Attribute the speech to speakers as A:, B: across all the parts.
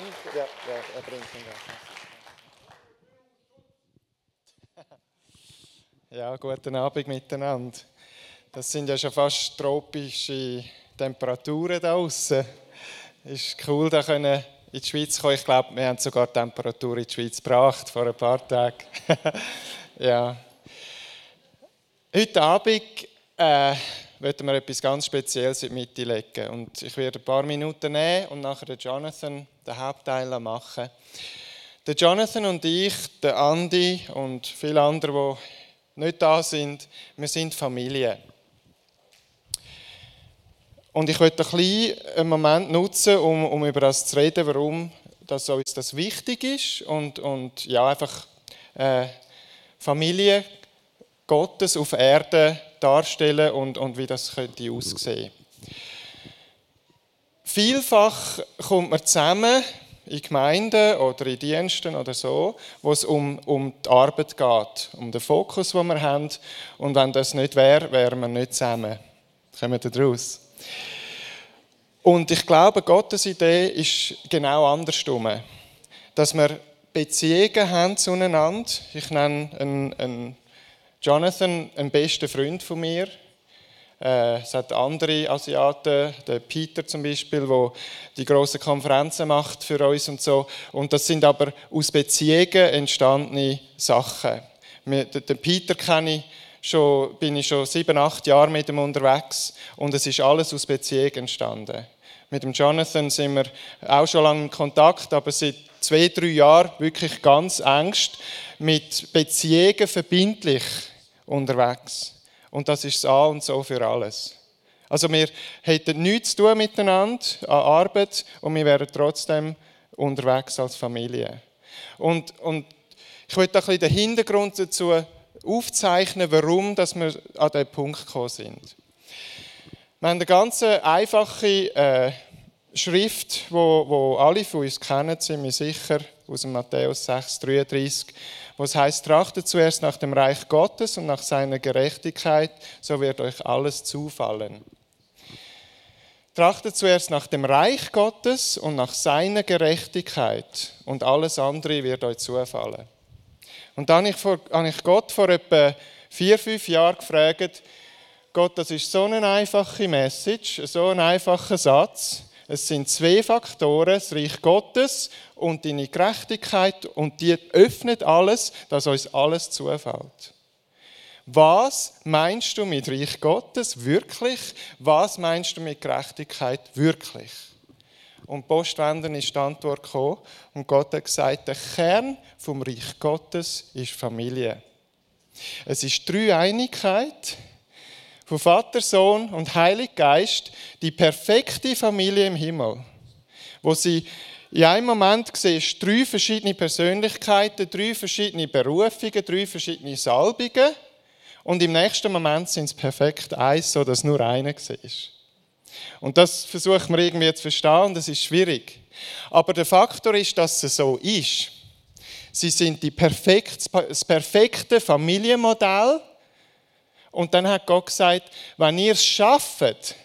A: Ja, ja, er bringt ihn da. Ja, guten Abend miteinander. Das sind ja schon fast tropische Temperaturen da außen. Ist cool, da können in die Schweiz kommen. Ich glaube, wir haben sogar Temperatur in die Schweiz gebracht vor ein paar Tagen. ja. Heute Abend äh, wollen wir etwas ganz Spezielles in die Mitte legen. Und ich werde ein paar Minuten nehmen und nachher den Jonathan den Hauptteil machen. Der Jonathan und ich, der Andy und viele andere, die nicht da sind, wir sind Familie. Und ich möchte ein bisschen einen Moment nutzen, um, um über das zu reden, warum das uns das wichtig ist und, und ja, einfach äh, Familie Gottes auf Erde darstellen und, und wie das könnte aussehen. Vielfach kommt man zusammen in Gemeinden oder in Diensten oder so, wo es um, um die Arbeit geht, um den Fokus, den wir haben. Und wenn das nicht wäre, wären wir nicht zusammen. Kommen wir daraus. Und ich glaube, Gottes Idee ist genau andersrum. Dass wir Beziehungen haben zueinander. Ich nenne einen, einen Jonathan, ein bester Freund von mir. Äh, Es hat andere Asiaten, der Peter zum Beispiel, wo die großen Konferenzen macht für uns und so. Und das sind aber aus Beziehungen entstandene Sachen. Wir- Den den Peter kenne ich schon, bin ich schon sieben, acht Jahre mit ihm unterwegs und es ist alles aus Beziehungen entstanden. Mit dem Jonathan sind wir auch schon lange in Kontakt, aber seit zwei, drei Jahren wirklich ganz engst mit Beziehungen verbindlich unterwegs. Und das ist das A und so für alles. Also wir hätten nichts zu tun miteinander an Arbeit und wir wären trotzdem unterwegs als Familie. Und, und ich möchte ein bisschen den Hintergrund dazu aufzeichnen, warum dass wir an diesen Punkt gekommen sind. Wir haben eine ganz äh, einfache äh, Schrift, wo, wo alle von uns kennen, sind wir sicher, aus dem Matthäus 6, 33, wo es heißt: Trachtet zuerst nach dem Reich Gottes und nach seiner Gerechtigkeit, so wird euch alles zufallen. Trachtet zuerst nach dem Reich Gottes und nach seiner Gerechtigkeit, und alles andere wird euch zufallen. Und dann habe ich vor- habe ich Gott vor etwa vier, fünf Jahren gefragt, Gott, das ist so eine einfache Message, so ein einfacher Satz. Es sind zwei Faktoren, das Reich Gottes und deine Gerechtigkeit, und die öffnet alles, dass uns alles zufällt. Was meinst du mit Reich Gottes wirklich? Was meinst du mit Gerechtigkeit wirklich? Und postwendend ist die Antwort gekommen, und Gott hat gesagt, der Kern vom Reich Gottes ist Familie. Es ist Dreieinigkeit von Vater, Sohn und Heilig Geist die perfekte Familie im Himmel, wo sie in einem Moment siehst, drei verschiedene Persönlichkeiten, drei verschiedene Berufungen, drei verschiedene Salbungen und im nächsten Moment sind es perfekt eins, so dass nur einer ist. Und das versucht man irgendwie zu verstehen und das ist schwierig. Aber der Faktor ist, dass es so ist. Sie sind die perfekt, das perfekte Familienmodell, und dann hat Gott gesagt, wenn ihr es schafft,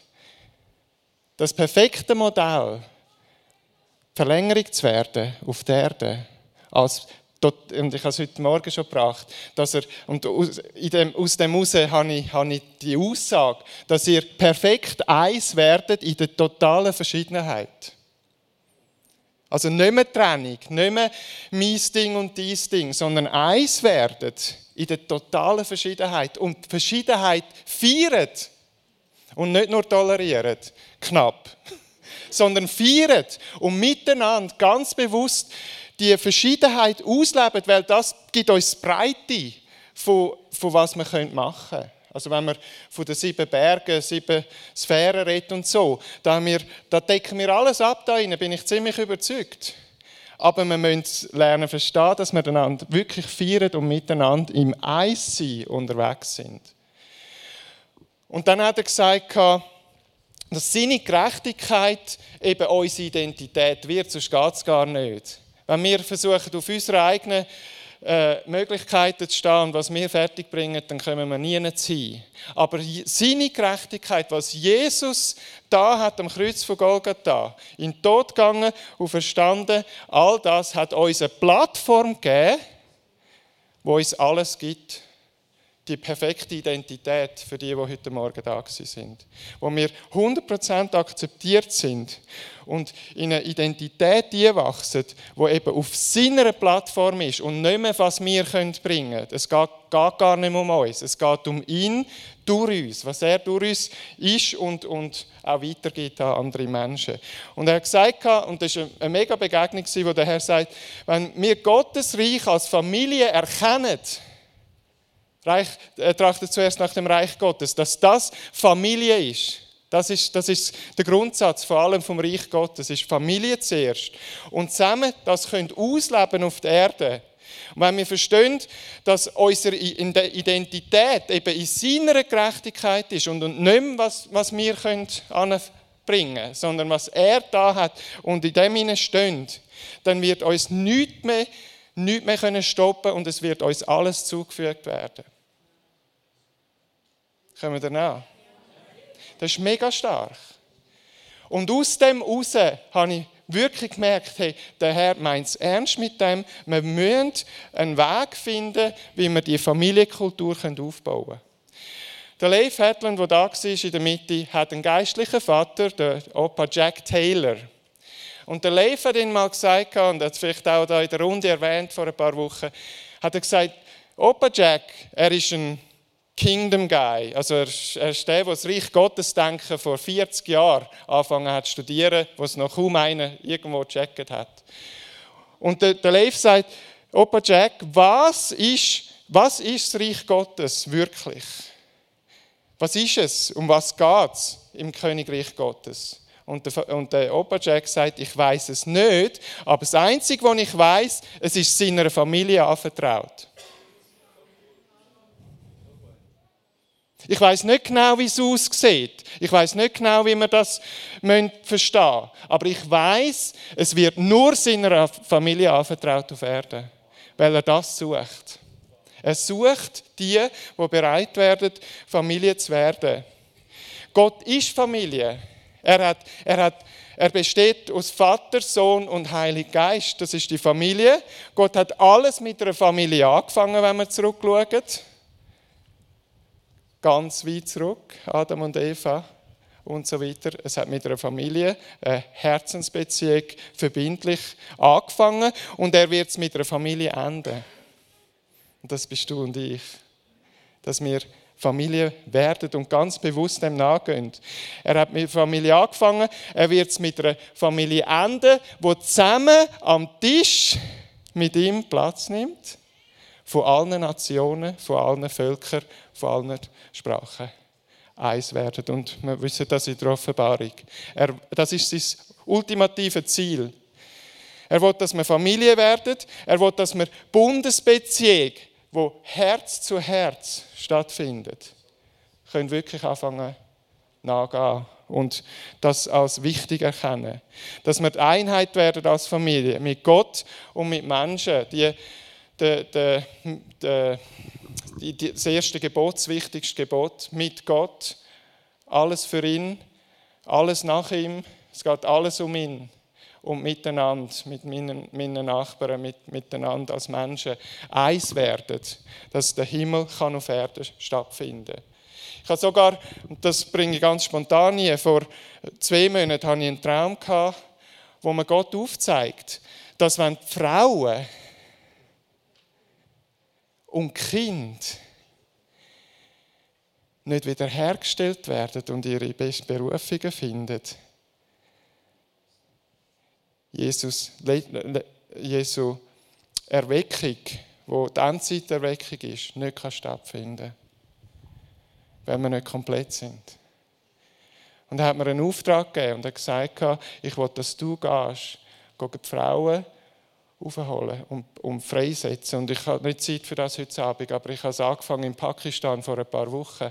A: das perfekte Modell, die Verlängerung zu werden auf der Erde, als dort- und ich habe es heute Morgen schon gebracht, dass er, und aus, in dem, aus dem heraus habe ich, habe ich die Aussage, dass ihr perfekt eins werdet in der totalen Verschiedenheit. Also nicht mehr Trennung, nicht mehr mein Ding und dein Ding, sondern eins werden in der totalen Verschiedenheit. Und die Verschiedenheit feiert und nicht nur toleriert, knapp, sondern feiert und miteinander ganz bewusst die Verschiedenheit ausleben, weil das gibt uns die Breite von, von was wir machen können. Also wenn wir von den sieben Bergen, sieben Sphären reden und so, da, haben wir, da decken wir alles ab da rein, bin ich ziemlich überzeugt. Aber wir müssen lernen verstehen, dass wir einander wirklich feiern und miteinander im Eissein unterwegs sind. Und dann hat er gesagt, dass seine Gerechtigkeit eben unsere Identität wird, sonst geht es gar nicht. Wenn wir versuchen, auf unserer eigenen äh, Möglichkeiten zu stehen und was wir fertig bringen, dann können wir nie hin. Aber seine Gerechtigkeit, was Jesus da hat am Kreuz von Golgatha, in den Tod gegangen und verstanden, all das hat uns eine Plattform gegeben, wo uns alles gibt. Die perfekte Identität für die, die heute Morgen da sind. Wo wir 100% akzeptiert sind und in eine Identität einwachsen, die eben auf seiner Plattform ist und nicht mehr, was wir können bringen können. Es geht, geht gar nicht mehr um uns. Es geht um ihn durch uns, was er durch uns ist und, und auch weitergibt an andere Menschen. Und er hat gesagt, und das war eine mega Begegnung, wo der Herr sagt, wenn wir Gottes Reich als Familie erkennen, Reich, äh, trachtet zuerst nach dem Reich Gottes, dass das Familie ist. Das ist, das ist der Grundsatz vor allem vom Reich Gottes, ist Familie zuerst. Und zusammen das könnt ausleben auf der Erde. Und wenn wir verstehen, dass unsere Identität eben in seiner Gerechtigkeit ist und nicht mehr, was, was wir können anbringen, sondern was er da hat und in dem hinein stehen, dann wird uns nichts mehr, nichts mehr können stoppen und es wird uns alles zugefügt werden. Kommen wir danach? Das ist mega stark. Und aus dem raus habe ich wirklich gemerkt, hey, der Herr meint es ernst mit dem. Wir müssen einen Weg finden, wie wir die Familienkultur aufbauen können. Der Leif Hetland, der da war in der Mitte, hat einen geistlichen Vater, den Opa Jack Taylor. Und der Leif hat ihn mal gesagt, und hat es vielleicht auch da in der Runde erwähnt vor ein paar Wochen, hat er gesagt, Opa Jack, er ist ein Kingdom Guy. Also er, er ist der, der das Reich Gottes denken vor 40 Jahren angefangen hat zu studieren, was noch kaum einer irgendwo gecheckt hat. Und der, der Leif sagt, Opa Jack, was ist, was ist das Reich Gottes wirklich? Was ist es? Um was geht es im Königreich Gottes? Und der, und der Opa Jack sagt, ich weiß es nicht, aber das Einzige, was ich weiß, es ist seiner Familie anvertraut. Ich weiß nicht genau, wie es aussieht. Ich weiß nicht genau, wie wir das verstehen müssen. Aber ich weiß, es wird nur seiner Familie anvertraut auf Erden, weil er das sucht. Er sucht die, die bereit werden, Familie zu werden. Gott ist Familie. Er, hat, er, hat, er besteht aus Vater, Sohn und Heiliger Geist. Das ist die Familie. Gott hat alles mit einer Familie angefangen, wenn wir zurückschauen ganz weit zurück, Adam und Eva und so weiter. Es hat mit einer Familie, eine Herzensbeziehung, verbindlich angefangen und er wird es mit einer Familie enden. Und das bist du und ich, dass wir Familie werden und ganz bewusst dem nachgehen. Er hat mit Familie angefangen, er wird es mit einer Familie enden, wo zusammen am Tisch mit ihm Platz nimmt von allen Nationen, von allen Völkern, von allen Sprachen eins werden. Und wir wissen das in der Offenbarung. Er, das ist sein ultimative Ziel. Er will, dass wir Familie werden. Er will, dass wir Bundesbeziehung, wo Herz zu Herz stattfindet, können wirklich anfangen nachgehen und das als wichtig erkennen. Dass wir die Einheit werden als Familie, mit Gott und mit Menschen, die der, der, der, das erste Gebot, das wichtigste Gebot, mit Gott, alles für ihn, alles nach ihm, es geht alles um ihn und miteinander, mit meinen, meinen Nachbarn, mit, miteinander als Menschen eins werden, dass der Himmel kann auf Erden stattfinden kann. Ich habe sogar, und das bringe ich ganz spontan hier, vor zwei Monaten hatte ich einen Traum, gehabt, wo mir Gott aufzeigt, dass wenn die Frauen und Kind nicht wiederhergestellt werden und ihre besten Berufungen finden. Jesus, Jesu Erweckung, wo die Endzeiterweckung ist, nicht kann stattfinden wenn wir nicht komplett sind. Und er hat mir einen Auftrag gegeben und hat gesagt, ich will, dass du gehst, geh die Frauen aufholen und, und freisetzen. Und ich habe nicht Zeit für das heute Abend, aber ich habe es angefangen in Pakistan vor ein paar Wochen.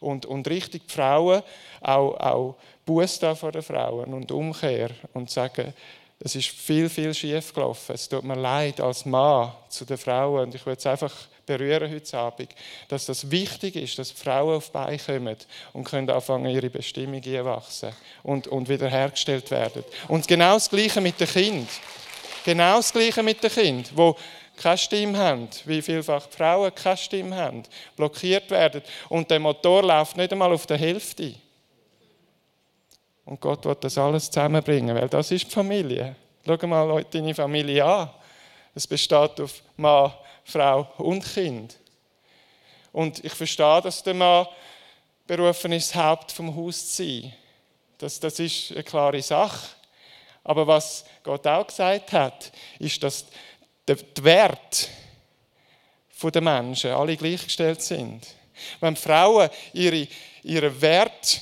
A: Und, und richtig die Frauen, auch, auch Buße vor den Frauen und Umkehr und sagen, Es ist viel, viel schief gelaufen. Es tut mir leid als Mann zu den Frauen. Und ich will es einfach berühren heute Abend, dass das wichtig ist, dass die Frauen auf die Beine kommen und können anfangen, ihre Bestimmung einwachsen und, und wiederhergestellt werden. Und genau das Gleiche mit den Kindern. Genau das Gleiche mit den Kindern, wo keine Stimme haben, wie vielfach die Frauen keine Stimme haben, blockiert werden und der Motor läuft nicht einmal auf der Hälfte. Und Gott wird das alles zusammenbringen, weil das ist die Familie. Schau mal Leute, deine Familie an. Es besteht auf Mann, Frau und Kind. Und ich verstehe, dass der Mann berufen ist, das Haupt vom Haus zu sein. Das, das ist eine klare Sache. Aber was Gott auch gesagt hat, ist, dass der der Wert der Menschen alle gleichgestellt sind. Wenn Frauen ihre, ihre Wert,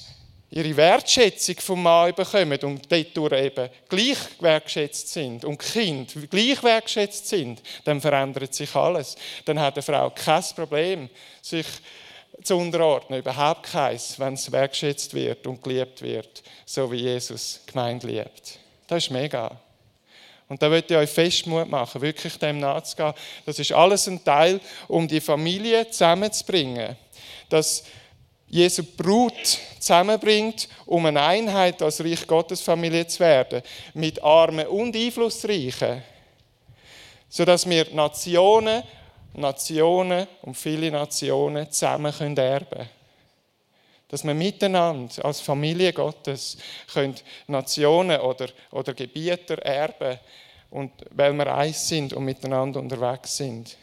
A: ihre Wertschätzung vom Mann bekommen und dadurch eben gleich wertschätzt sind und Kind gleich wertschätzt sind, dann verändert sich alles. Dann hat eine Frau kein Problem, sich zu unterordnen, überhaupt keins, wenn es wertschätzt wird und geliebt wird, so wie Jesus die Gemeinde liebt. Das ist mega. Und da möchte ich euch fest Mut machen, wirklich dem nachzugehen. Das ist alles ein Teil, um die Familie zusammenzubringen. Dass Jesu Brut zusammenbringt, um eine Einheit als Reich Gottes Familie zu werden. Mit Armen und Einflussreichen. Sodass wir Nationen, Nationen und viele Nationen zusammen können erben können dass wir miteinander als Familie Gottes können Nationen oder, oder Gebiete erben und weil wir eins sind und miteinander unterwegs sind.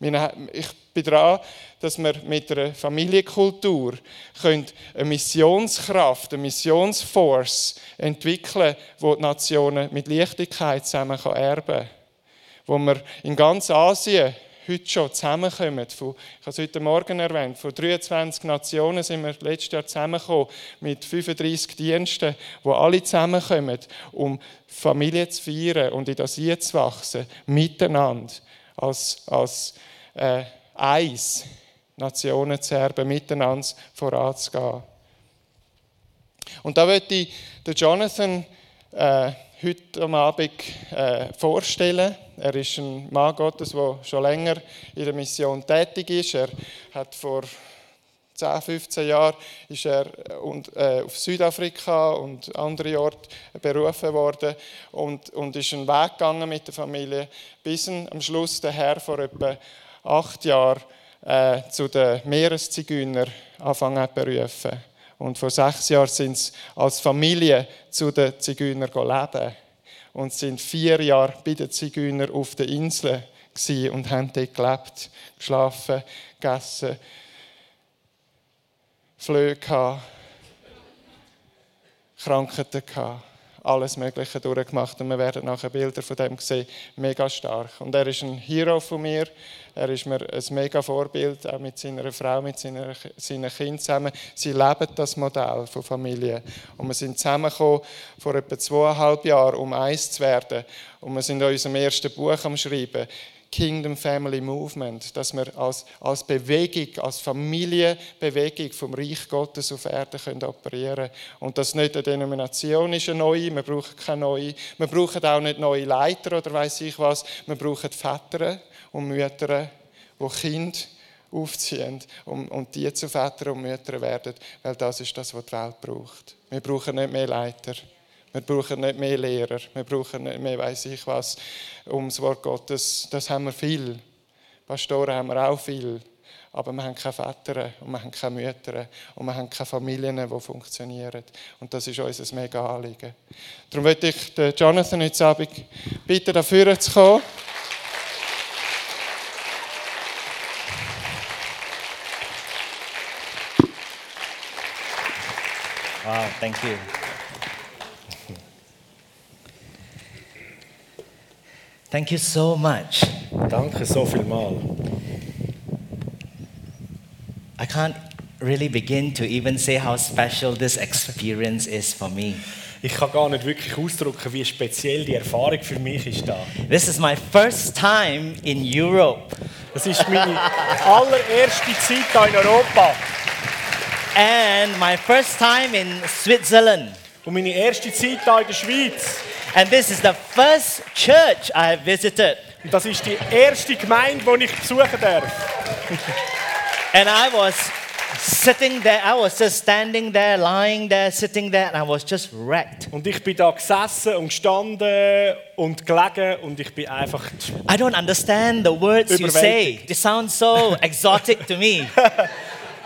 A: Meine- Ich bin dran, dass wir mit einer Familienkultur können eine Missionskraft, eine Missionsforce entwickeln, wo die Nationen mit Leichtigkeit zusammen kann erben können wo wir in ganz Asien heute schon zusammenkommen. Von, ich habe es heute Morgen erwähnt, von 23 Nationen sind wir letztes Jahr zusammengekommen mit 35 Diensten, wo alle zusammenkommen, um Familie zu feiern und in das einzuwachsen, miteinander, als, als äh, eins, Nationen zu erben, miteinander voranzugehen. Und da möchte ich den Jonathan äh, heute am Abend äh, vorstellen. Er ist ein Mann Gottes, der schon länger in der Mission tätig ist. Er hat vor 10, 15 Jahren ist er äh, und, äh, auf Südafrika und andere Orte berufen worden und, und ist einen Weg gegangen mit der Familie, bis ihn am Schluss der Herr vor etwa acht Jahren äh, zu den Meereszigeuner angefangen hat zu berufen. Und vor sechs Jahren sind sie als Familie zu den Zigeunern leben und sind vier Jahre bei den Zigeunern auf der Insel gsi und haben dort gelebt, geschlafen, gegessen, Flöhe gehabt, Krankheiten gehabt, alles Mögliche durchgemacht und wir werden nachher Bilder von dem sehen, mega stark. Und er ist ein Hero von mir, er ist mir ein mega Vorbild, auch mit seiner Frau, mit seiner, seinen Kindern zusammen. Sie leben das Modell von Familie und wir sind zusammengekommen vor etwa zweieinhalb Jahren, um eins zu werden und wir sind an unserem ersten Buch am Schreiben. Kingdom Family Movement, dass wir als, als Bewegung, als Familienbewegung vom Reich Gottes auf Erden können operieren Und das nicht eine Denomination ist eine neue, wir brauchen keine neue, wir brauchen auch nicht neue Leiter oder weiß ich was, wir brauchen Väter und Mütter, die Kinder aufziehen und, und die zu Väter und Müttern werden, weil das ist das, was die Welt braucht. Wir brauchen nicht mehr Leiter. Wir brauchen nicht mehr Lehrer, wir brauchen nicht mehr weiß ich was um das Wort Gottes. Das haben wir viel. Pastoren haben wir auch viel. Aber wir haben keine Väter und wir haben keine Mütter und wir haben keine Familien, die funktionieren. Und das ist unser mega Anliegen. Darum möchte ich den Jonathan heute Abend bitten, dafür zu kommen.
B: Wow, Ah, thank you. Thank you so much.
C: Danke so vielmal.
B: I can't really begin to even say how special this experience is for me.
C: Ich kann gar nicht wirklich ausdrücken, wie speziell die Erfahrung für mich ist da.
B: This is my first time in Europe,
C: Es ist meine allererste Zeit hier in Europa
B: and my first time in Switzerland,
C: und meine erste Zeit hier in der Schweiz
B: And this is the first church I have visited.
C: Und das ist die erste Gemeinde, die ich besuchen darf.
B: And I was sitting there, I was just standing there, lying there, sitting there, and I was just wrecked.
C: Und ich bin da gesessen und gestanden und gelegen und ich bin einfach.
B: I don't understand the words you say. They sound so exotic to me.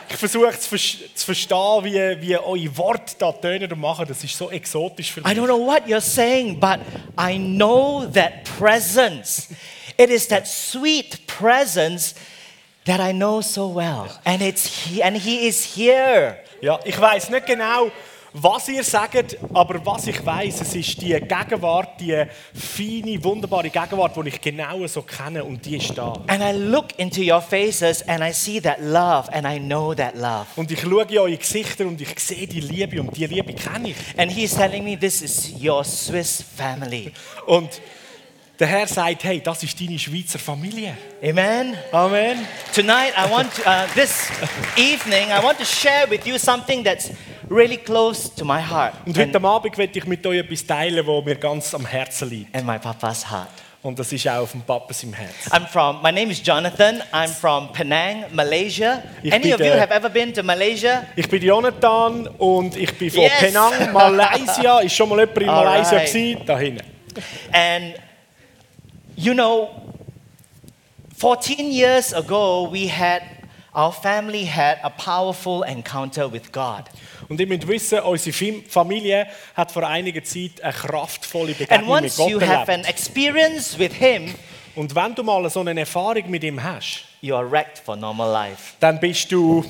C: Ich versuche zu, ver- zu verstehen, wie, wie eure Worte da tönen und machen. Das ist so exotisch für
B: I don't
C: mich.
B: know what you're saying, but I know that presence. It is that sweet presence that I know so well. And it's he, and he is here.
C: Ja, ich weiß nicht genau, was ihr sagt, aber was ich weiß, es ist die Gegenwart, die feine, wunderbare Gegenwart, die ich genau so kenne und die ist da.
B: And I look into your faces and I see that love and I know that love.
C: Und ich schaue in eure Gesichter und ich sehe die Liebe und die Liebe kenne ich.
B: And he's telling me this is your Swiss family.
C: Und der Herr sagt, hey, das ist deine Schweizer Familie.
B: Amen.
C: Amen.
B: Tonight, I want to, uh, this evening, I want to share with you something that's really close to my heart
C: Und
B: and,
C: heute Abend werde ich mit euch etwas teilen, was mir ganz am Herzen liegt.
B: and my papa's heart.
C: Und das ist auch auf dem Papa im Herzen.
B: I'm from, my name is Jonathan. I'm from Penang, Malaysia.
C: Ich
B: Any
C: bin
B: of you
C: der-
B: have ever been to Malaysia?
C: Ich bin Jonathan und ich bin von
B: Yes.
C: Penang, Malaysia. Ist schon mal jemand in Malaysia
B: Alright.
C: gewesen? Da hinten.
B: And you know, 14 years ago, we had, our family had a powerful encounter with God.
C: Und ihr müsst wissen, unsere Fam- Familie hat vor einiger Zeit eine kraftvolle
B: And
C: Begegnung
B: once
C: mit
B: you
C: Gott
B: have
C: erlebt.
B: an experience with Him,
C: Und wenn du mal so eine Erfahrung mit ihm hast,
B: you are wrecked for normal life.
C: dann bist du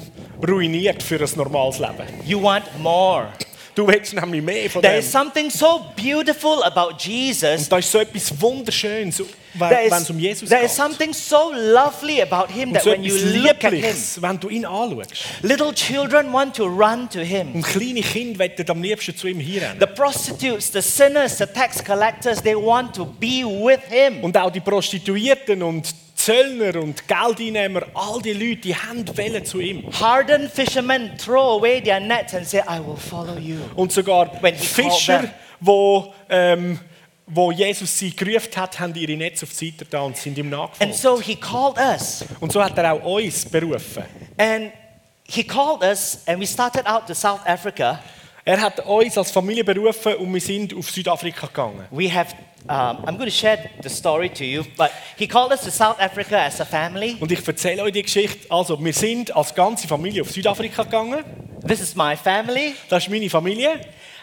C: ruiniert für ein normales Leben.
B: You want more.
C: Du willst nämlich mehr von
B: There
C: dem.
B: is something so beautiful about Jesus.
C: Und da ist so etwas Wunderschönes, wenn
B: There
C: wenn es
B: is,
C: um Jesus
B: there
C: geht.
B: is something so lovely about Him
C: und
B: that
C: so
B: when you
C: etwas
B: look at Him,
C: Liebliches, wenn du ihn anschaust.
B: Little children want to run to him.
C: Und kleine Kinder wollen am liebsten zu ihm hinrennen.
B: The prostitutes, the sinners, the tax collectors, they want to be with him.
C: Und auch die Prostituierten und Zöllner und Geldeinnehmer, all die Leute, die haben wollen zu ihm.
B: Hardened fishermen throw away their nets and say, I will follow you.
C: Und sogar
B: When he
C: Fischer,
B: called
C: wo, ähm, wo Jesus sie gerufen hat, haben ihre Netze auf die Seite da und sind ihm
B: And
C: nachgefolgt.
B: so he called us.
C: Und so hat er auch uns berufen.
B: And he called us, and we started out to South Africa.
C: Er hat uns als Familie berufen und wir sind auf Südafrika gegangen.
B: We have, um, I'm going to share the story to you, but he called us to South Africa as a family.
C: Und ich erzähle euch die Geschichte. Also, wir sind als ganze Familie auf Südafrika gegangen.
B: This is my family.
C: Das ist meine Familie.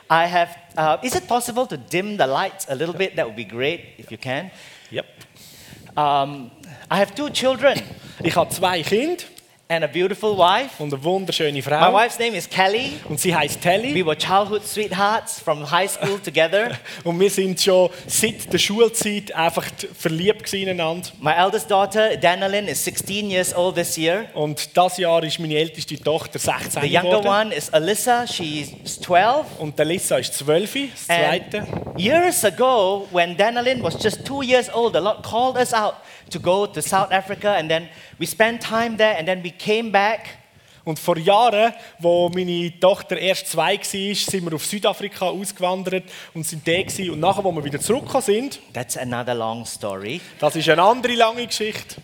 B: I have, uh, is it possible to dim the lights a little bit? That would be great if you can.
C: Yep.
B: Um, I have two children
C: Ich habe zwei Kinder
B: and a beautiful wife.
C: und eine wunderschöne
B: My
C: Frau.
B: wife's name is Kelly.
C: Und sie heißt
B: We
C: Telly.
B: were childhood sweethearts from high school together.
C: Und wir sind schon seit der Schulzeit einfach verliebt gewesen ineinander.
B: My eldest daughter, Danalyn, is 16 years old this year.
C: Und das Jahr ist meine älteste Tochter 16
B: The younger
C: geworden.
B: one is Alyssa, she's 12.
C: Und der Lisa ist 12, das
B: Ähm.
C: zweite.
B: And years ago, when Danalyn was just two years old, the Lord called us out to go to South Africa, and then we spent time there, and then we came back.
C: Und vor Jahren, wo meine Tochter erst zwei war, sind wir auf Südafrika ausgewandert und sind da gewesen. Und nachher, wo wir wieder zurückgekommen sind,
B: That's another long story.
C: das ist eine andere lange Geschichte.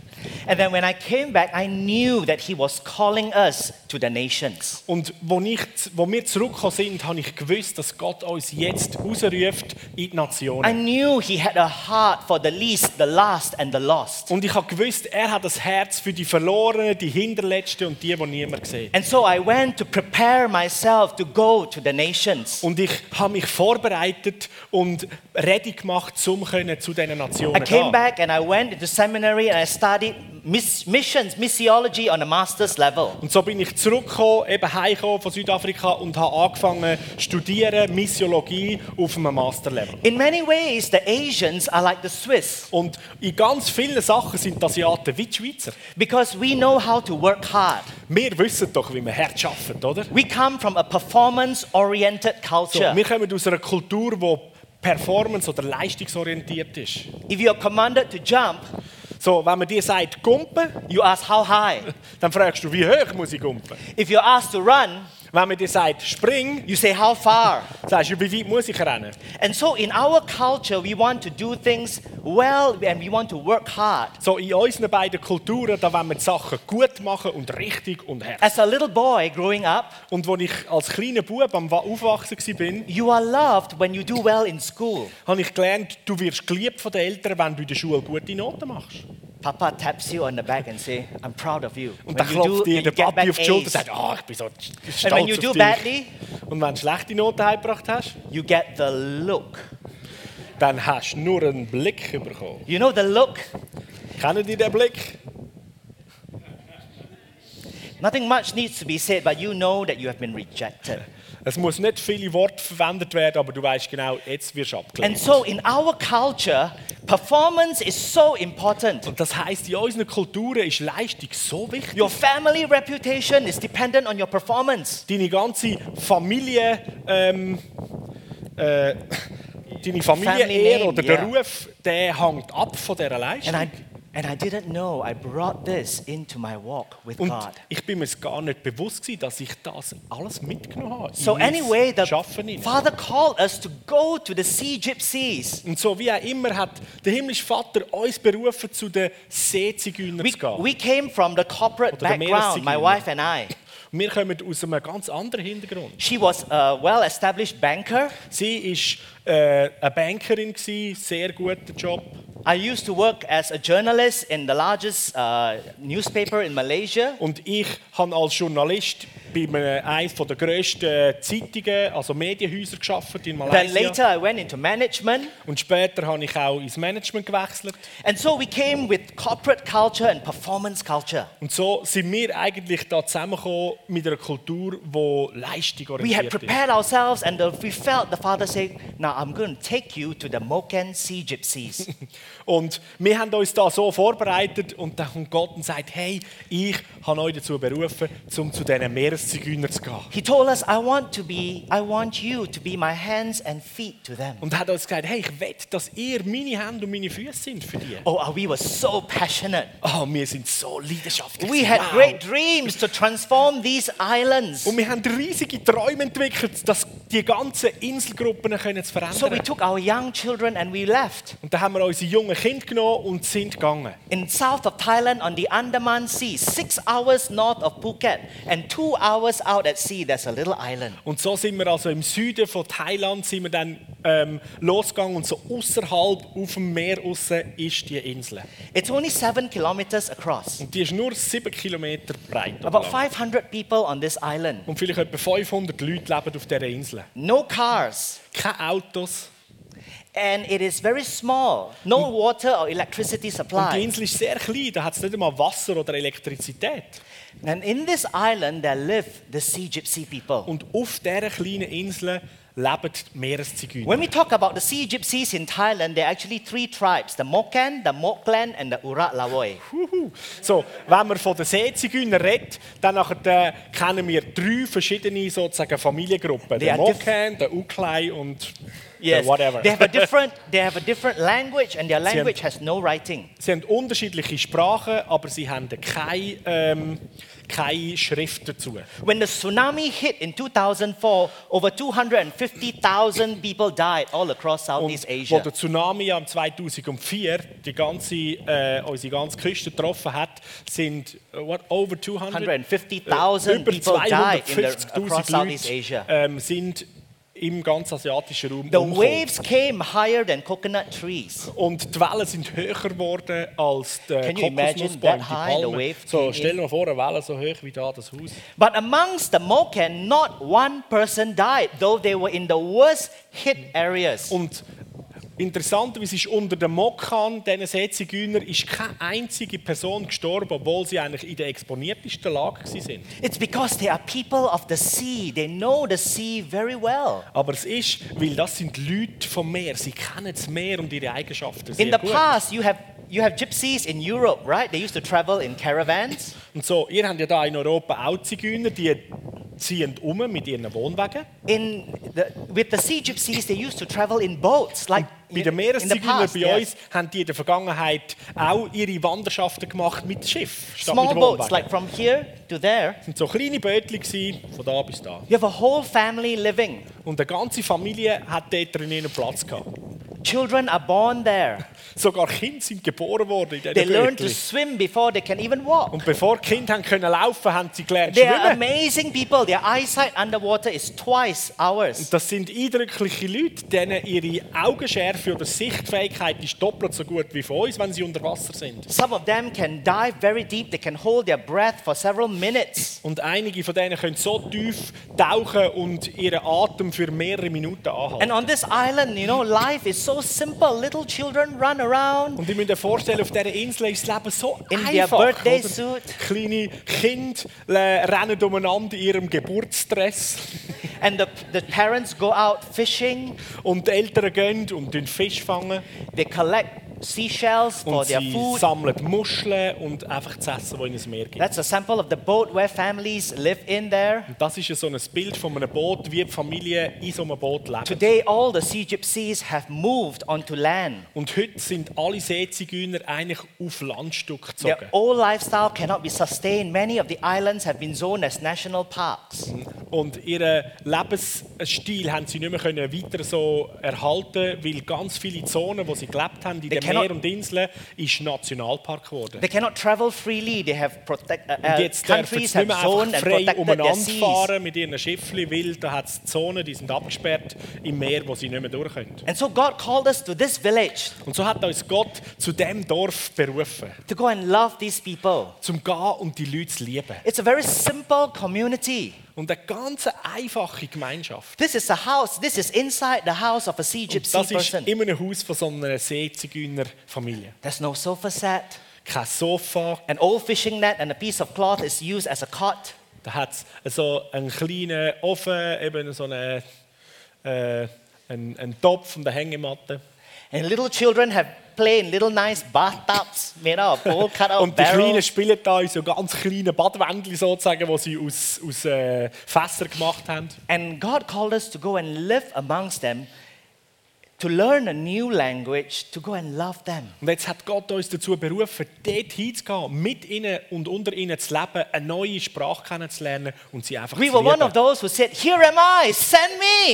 B: And then when I came back, I knew that he was calling us to the nations.
C: Und wo, ich, wo wir zurückgekommen sind, habe ich gewusst, dass Gott uns jetzt rausruft in die
B: I
C: Nationen.
B: knew he had a heart for the least, the last, and the lost.
C: Und ich habe gewusst, er hat das Herz für die Verlorenen, die Hinterletzten und die, die niemand sieht.
B: And so I went to prepare myself to go to the nations.
C: Und ich habe mich vorbereitet und ready gemacht, um können zu diesen
B: I
C: Nationen zu
B: came
C: gehen.
B: back and I went into seminary and I studied miss- missions, missiology on a master's level.
C: Und so bin ich zurückgekommen, eben heimgekommen von Südafrika und habe angefangen zu studieren, Missiologie auf einem Masterlevel.
B: In many ways, the Asians are like the Swiss
C: Und in ganz vielen Sachen sind die Asiaten wie die Schweizer.
B: because we know how to work hard.
C: Wir wissen doch, wie man hart arbeitet, oder?
B: We come from a performance oriented
C: So,
B: culture.
C: wir kommen aus einer Kultur, die performance- oder leistungsorientiert ist.
B: If you're commanded to jump,
C: So, wenn man dir sagt, gumpen,
B: you ask how high.
C: dann fragst du, wie hoch muss ich gumpen?
B: If you're asked to run,
C: Wenn man dir sagt, spring,
B: You say, How far?
C: sagst du, wie weit muss ich rennen?
B: And so in our culture, we want to do things well and we want to work hard.
C: So in unseren beiden Kulturen, da wollen wir die Sachen gut machen und richtig und hart.
B: As a little boy growing up,
C: Und als ich als kleiner Bub am Wa- Aufwachsen war,
B: you are loved when you do well in school.
C: habe ich gelernt, du wirst geliebt von den Eltern, wenn du in der Schule gute Noten machst.
B: Papa taps you on the back and say, I'm proud of you.
C: Und dann
B: you
C: klopft dir
B: you
C: der
B: get back
C: Papi auf die Schulter und
B: A's.
C: sagt, ah, ich bin so
B: And when you
C: stolz
B: do
C: auf dich.
B: badly,
C: Und wenn du schlechte Noten heimgebracht hast,
B: you get the look.
C: dann hast du nur einen Blick bekommen.
B: You know the look?
C: Kennen die den Blick?
B: Nothing much needs to be said, but you know that you have been rejected.
C: Es muss nicht viele Worte verwendet werden, aber du weißt genau, jetzt wirst du
B: And
C: abgelehnt.
B: so in our culture, performance is so important.
C: Und das heisst, in unseren Kulturen ist Leistung so wichtig.
B: Your family reputation is dependent on your performance.
C: Deine ganze Familie, ähm, äh, deine Familie
B: Family
C: Ehre
B: name,
C: oder der
B: ja.
C: Ruf, der hängt ab von dieser
B: And
C: Leistung.
B: I, and I didn't know I brought this into my walk with
C: Und
B: God.
C: ich bin mir es gar nicht bewusst gewesen, dass ich das alles mitgenommen habe.
B: So
C: in mein
B: anyway, the
C: Schaffen hinein.
B: Father called us to go to the sea gypsies.
C: Und so wie auch immer hat der himmlische Vater uns berufen, zu den Seezigeuner
B: We,
C: zu gehen.
B: we came from the corporate
C: Oder der
B: background, my
C: Meereszigeuner.
B: wife and I.
C: Und wir kommen aus einem ganz anderen Hintergrund.
B: She was a well-established banker.
C: Sie war äh, eine Bankerin, gewesen, sehr guter Job.
B: I used to work as a journalist in the largest uh, newspaper in Malaysia.
C: Und ich habe als Journalist bei einem- eines der grössten Zeitungen, also Medienhäuser, geschafft
B: Then
C: in Malaysia.
B: later I went into management.
C: Und später habe ich auch ins Management gewechselt.
B: And so we came with corporate culture and performance culture.
C: Und so sind wir eigentlich da zusammengekommen mit einer Kultur, die Leistung
B: We had
C: orientiert ist.
B: prepared ourselves and uh, we felt the Father say, Now I'm going to take you to the Moken Sea Gypsies.
C: Und wir haben uns da so vorbereitet und dann kommt Gott und sagt, hey, ich habe euch dazu berufen, um zu diesen Meereszigeuner zu gehen.
B: he told us, I want to be, I want you to be my hands and feet to them.
C: Und hat uns gesagt, hey, ich wette, dass ihr meine Hände und meine Füße sind für die.
B: Oh, uh, we were so passionate.
C: Oh, wir sind so leidenschaftlich.
B: We had
C: Wow.
B: great dreams to transform these islands.
C: Und wir haben riesige Träume entwickelt, dass die ganzen Inselgruppen können zu verändern.
B: So we took our young children and we left.
C: und dann haben wir unsere jungen Kinder genommen und sind gegangen.
B: In south of Thailand on the Andaman Sea, six hours north of Phuket, and two hours out at sea, there's a little island.
C: Und so sind wir also im Süden von Thailand sind wir dann ähm, losgegangen und so außerhalb auf dem Meer aussen ist die Insel.
B: It's only seven kilometers across.
C: Und die ist nur 7 Kilometer breit. und
B: About
C: lang.
B: 500 people on this island.
C: Und vielleicht etwa 500 Leute leben auf dieser Insel.
B: No cars.
C: Keine Autos.
B: And it is very small. No water or electricity
C: Und die
B: supply.
C: Insel ist sehr klein, da hat es nicht einmal Wasser oder Elektrizität.
B: And in this island, there live the sea gypsy people.
C: Und auf dieser kleinen Insel leben die Meereszigeuner.
B: When we talk about the sea gypsies in Thailand, there are actually three tribes the Moken, the Moklen, and the Urat Lawoi.
C: Huhu. So, wenn man von den Seezigeuner redet, dann nachher, äh, kennen wir drei verschiedene sozusagen Familiengruppen.
B: They
C: Den
B: are diff-
C: Mokan, den Uklei und
B: Yes.
C: den whatever.
B: They have a different they have a different language and their language has no writing.
C: Sie haben unterschiedliche Sprachen, aber sie haben keine, ähm, keine Schrift dazu.
B: When the tsunami hit in 2004, over 250,000 people died all across
C: Und
B: Southeast
C: wo
B: Asia.
C: der Tsunami am 2004 die ganze, äh, unsere ganze Küste getroffen hat, sind äh, what, over 200,
B: 150,000
C: über
B: people died in the-
C: 250.000
B: across Southeast
C: Leute
B: Asia.
C: ähm, sind im ganz asiatischen Raum
B: The
C: umgekommen.
B: waves came higher than coconut trees.
C: Und die Wellen sind höher geworden als die
B: Can you imagine
C: Kokosnussbäume,
B: that
C: die
B: high the
C: Palmen.
B: wave
C: So,
B: came
C: stell
B: in?
C: dir mal vor, eine Welle so hoch wie da das Haus.
B: But amongst the Moken, not one person died, though they were in the worst hit areas.
C: Und interessant, wie es ist, unter den Mokkan, diesen Seezigeuner, ist keine einzige Person gestorben, obwohl sie eigentlich in der exponiertesten Lage waren.
B: It's because they are people of the sea. They know the sea very well.
C: Aber es ist, weil das sind Leute vom Meer. Sie kennen das Meer und ihre Eigenschaften sehr
B: In the
C: gut.
B: past, you have you have gypsies in Europe, right? They used to travel in caravans.
C: Und so, ihr habt ja da in Europa auch Zigeuner, die ziehen um mit ihren Wohnwagen.
B: In the, with the sea gypsies, they used to travel in boats, like in,
C: Bei den
B: in the
C: Meeresseiglern
B: past.
C: bei
B: yes.
C: uns haben die in der Vergangenheit auch ihre Wanderschaften gemacht mit Schiff. statt
B: Small
C: mit
B: boats,
C: Wohnwagen.
B: like from here to there.
C: Es waren so kleine Bötchen, gewesen, von da bis da.
B: You have a whole family living.
C: Und eine ganze Familie hat dort drin ihren Platz gehabt.
B: Children are born there.
C: Sogar Kinder sind geboren worden in
B: They
C: diesen
B: learn to
C: Bötchen.
B: swim before they can even walk.
C: Und bevor die Kinder haben können laufen haben sie gelernt
B: They are
C: schwimmen.
B: amazing people. Their eyesight underwater is twice ours.
C: Das sind eindrückliche Leute, denen ihre Augenschärfe oder Sichtfähigkeit ist doppelt so gut wie von uns, wenn sie unter Wasser sind.
B: Some of them can dive very deep. They can hold their breath for several minutes.
C: Und einige von denen können so tief tauchen und ihren Atem für mehrere Minuten
B: And
C: anhalten.
B: on this island, you know, life is so simple. Little children run around.
C: Und ich müsst euch vorstellen, auf dieser Insel ist das Leben so
B: In their
C: einfach.
B: birthday
C: oder?
B: suit.
C: Kleine Kinder äh, rennen umeinander in ihrem Geburtsstress.
B: And the, the parents go out fishing.
C: Und die Eltern gehen und den Fisch fangen.
B: They collect seashells for
C: Und
B: their
C: sie
B: food.
C: sammeln Muscheln und einfach das Essen, das ins Meer geht.
B: That's a sample of the boat where families live in there.
C: Und das ist ja so ein Bild von einem Boot, wie die Familie in so einem Boot lebt.
B: Today, all the sea gypsies have moved onto land.
C: Und heute sind alle Seezigeuner eigentlich auf Landstück gezogen.
B: Their old lifestyle cannot be sustained. Many of the islands have been zoned as national parks.
C: Und ihren Lebensstil haben sie nicht mehr können weiter so erhalten, weil ganz viele Zonen, wo sie gelebt haben, in
B: They
C: den Meer
B: cannot-
C: und Inseln, ist Nationalpark geworden.
B: They cannot travel freely. They have protect, uh, uh,
C: Und jetzt dürfen
B: countries
C: sie
B: have
C: nicht mehr
B: zoned and
C: einfach frei
B: protected their
C: umeinander
B: seas.
C: fahren mit ihren Schiffen, weil da hat es Zonen, die sind abgesperrt im Meer, wo sie nicht mehr durch können.
B: And so God called us to this village
C: Und so hat uns Gott zu dem Dorf berufen,
B: to go and love these people.
C: zum gehen und die Leute zu lieben.
B: It's a very simple community.
C: Und eine ganz einfache Gemeinschaft.
B: This is a house. This is inside the house of a sea
C: Und
B: gypsy
C: das ist
B: person.
C: immer ein Haus von so einer Seezigeuner-Familie.
B: There's no sofa set.
C: Kein Sofa,
B: An old fishing net and a piece of cloth is used as a cot.
C: Da hat es so einen kleinen Ofen, eben so einen, äh, einen, einen Topf und eine Hängematte.
B: And little children have play in little nice bathtubs made out of bowl cut out
C: Und die Kleinen
B: barrels.
C: spielen da in so ganz kleinen Badwändchen sozusagen, die sie aus, aus äh, Fässern gemacht haben.
B: And God called us to go and live amongst them, to learn a new language, to go and love them.
C: Und jetzt hat Gott uns dazu berufen, dort hinzugehen, mit ihnen und unter ihnen zu leben, eine neue Sprache kennenzulernen und sie einfach
B: We
C: zu
B: were one
C: lieben.
B: of those who said, Here am I, send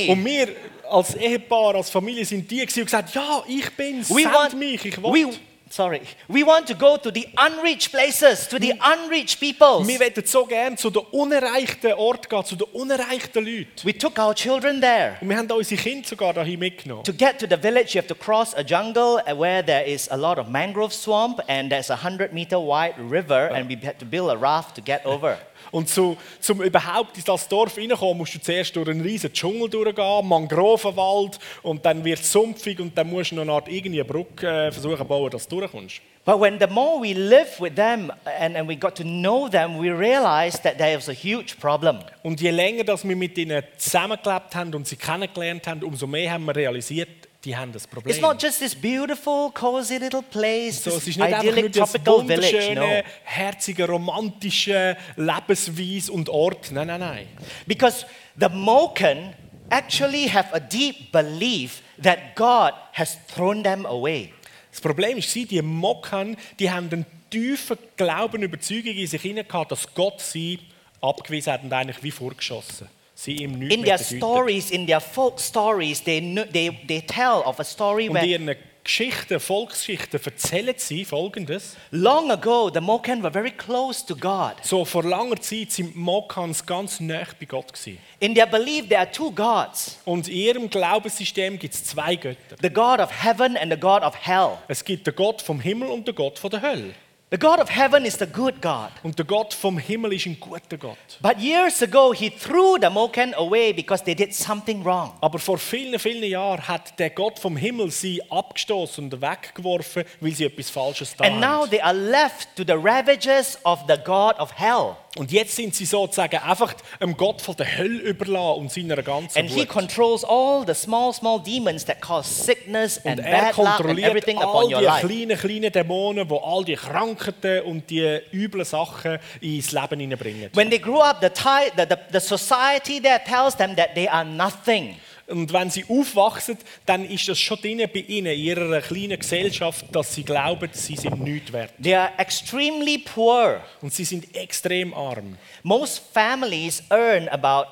B: me.
C: Und wir als Ehepaar, als Familie sind die gewesen und gesagt, ja, ich bin's,
B: We
C: send
B: want,
C: mich, ich will.
B: we, sorry, we want to go to the unreached places, to the
C: Mm.
B: unreached peoples.
C: Wir wollen so gerne zu den unerreichten Orten gehen, zu den unerreichten Leuten.
B: We took our children there.
C: Und wir haben da unsere Kinder sogar dahin mitgenommen.
B: To get to the village, you have to cross a jungle uh, where there is a lot of mangrove swamp and there's a 100 meter wide river,
C: Uh.
B: and we had to build a raft to get over.
C: Und zu, zum überhaupt in das Dorf reinkommen, musst du zuerst durch einen riesen Dschungel durchgehen, Mangrovenwald und dann wird es sumpfig und dann musst du noch eine Art irgendeine Brücke äh, versuchen zu bauen, dass du durchkommst.
B: But when the more we lived with them and, and we got to know them, we realized that there was a huge problem.
C: Und je länger dass wir mit ihnen zusammengelebt haben und sie kennengelernt haben, umso mehr haben wir realisiert, die haben das Problem.
B: It's not just this beautiful, cozy little place,
C: So, es
B: this
C: ist nicht einfach nur
B: idyllic
C: das
B: tropical village,
C: wunderschöne,
B: no.
C: herzige, romantische Lebensweise und Ort. Nein, nein, nein.
B: Because the Moken actually have a deep belief that God has thrown them away.
C: Das Problem war, die Mokkan, die haben einen tiefen Glauben, Überzeugung in sich hinein gehabt, dass Gott sie abgewiesen hat und eigentlich wie vorgeschossen. Sie ihm nichts
B: in
C: mehr
B: their
C: bedeutet.
B: stories, in their folk stories, they, kn- they, they tell of a story
C: Und in
B: where
C: ihren Geschichten, Volksgeschichten erzählen sie Folgendes.
B: long ago the Moken were very close to God.
C: So vor langer Zeit sind die Mokkans ganz nah bei Gott. Gewesen.
B: In their belief, there are two gods
C: Und in ihrem Glaubenssystem gibt es zwei Götter.
B: the God of heaven and the God of hell.
C: Es gibt den Gott vom Himmel und den Gott von der Hölle.
B: The God of heaven is the good God.
C: Und der Gott vom Himmel ist ein guter Gott.
B: But years ago, he threw the Moken away because they did something wrong.
C: Aber vor vielen, vielen Jahren hat der Gott vom Himmel sie abgestoßen und weggeworfen, weil sie etwas Falsches da
B: And now
C: haben.
B: they are left to the ravages of the God of hell.
C: Und jetzt sind sie sozusagen einfach dem Gott von der Hölle überlassen und seiner ganzen
B: And he
C: Wut.
B: controls all the small, small demons that cause sickness
C: Und
B: and
C: er
B: bad luck and
C: kontrolliert
B: everything upon
C: all
B: your
C: die
B: life.
C: kleinen, kleinen Dämonen, die all die Krankheiten und die üblen Sachen ins Leben hineinbringen.
B: When they grow up, the, ti- the, the, the society there tells them that they are nothing.
C: Und wenn sie aufwachsen, dann ist das schon drin bei ihnen, in ihrer kleinen Gesellschaft, dass sie glauben, sie sind nichts wert.
B: They are extremely poor.
C: Und sie sind extrem arm.
B: Most families earn about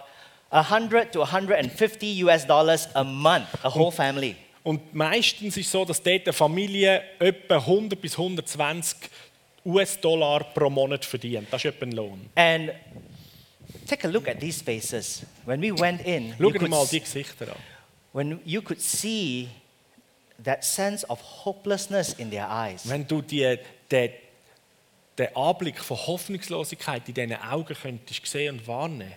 B: 100 to 150 US dollars a month, a whole family.
C: Und meistens ist es so, dass dort eine Familie etwa 100 bis 120 US-Dollar pro Monat verdient. Das ist etwa ein Lohn.
B: And take a look at these faces. When we went in, you
C: Schau dir
B: could,
C: mal
B: s-
C: die Gesichter an.
B: when you could see that sense of hopelessness in their eyes.
C: Wenn du die, den, den Anblick von Hoffnungslosigkeit in diesen Augen könntest sehen und wahrnehmen.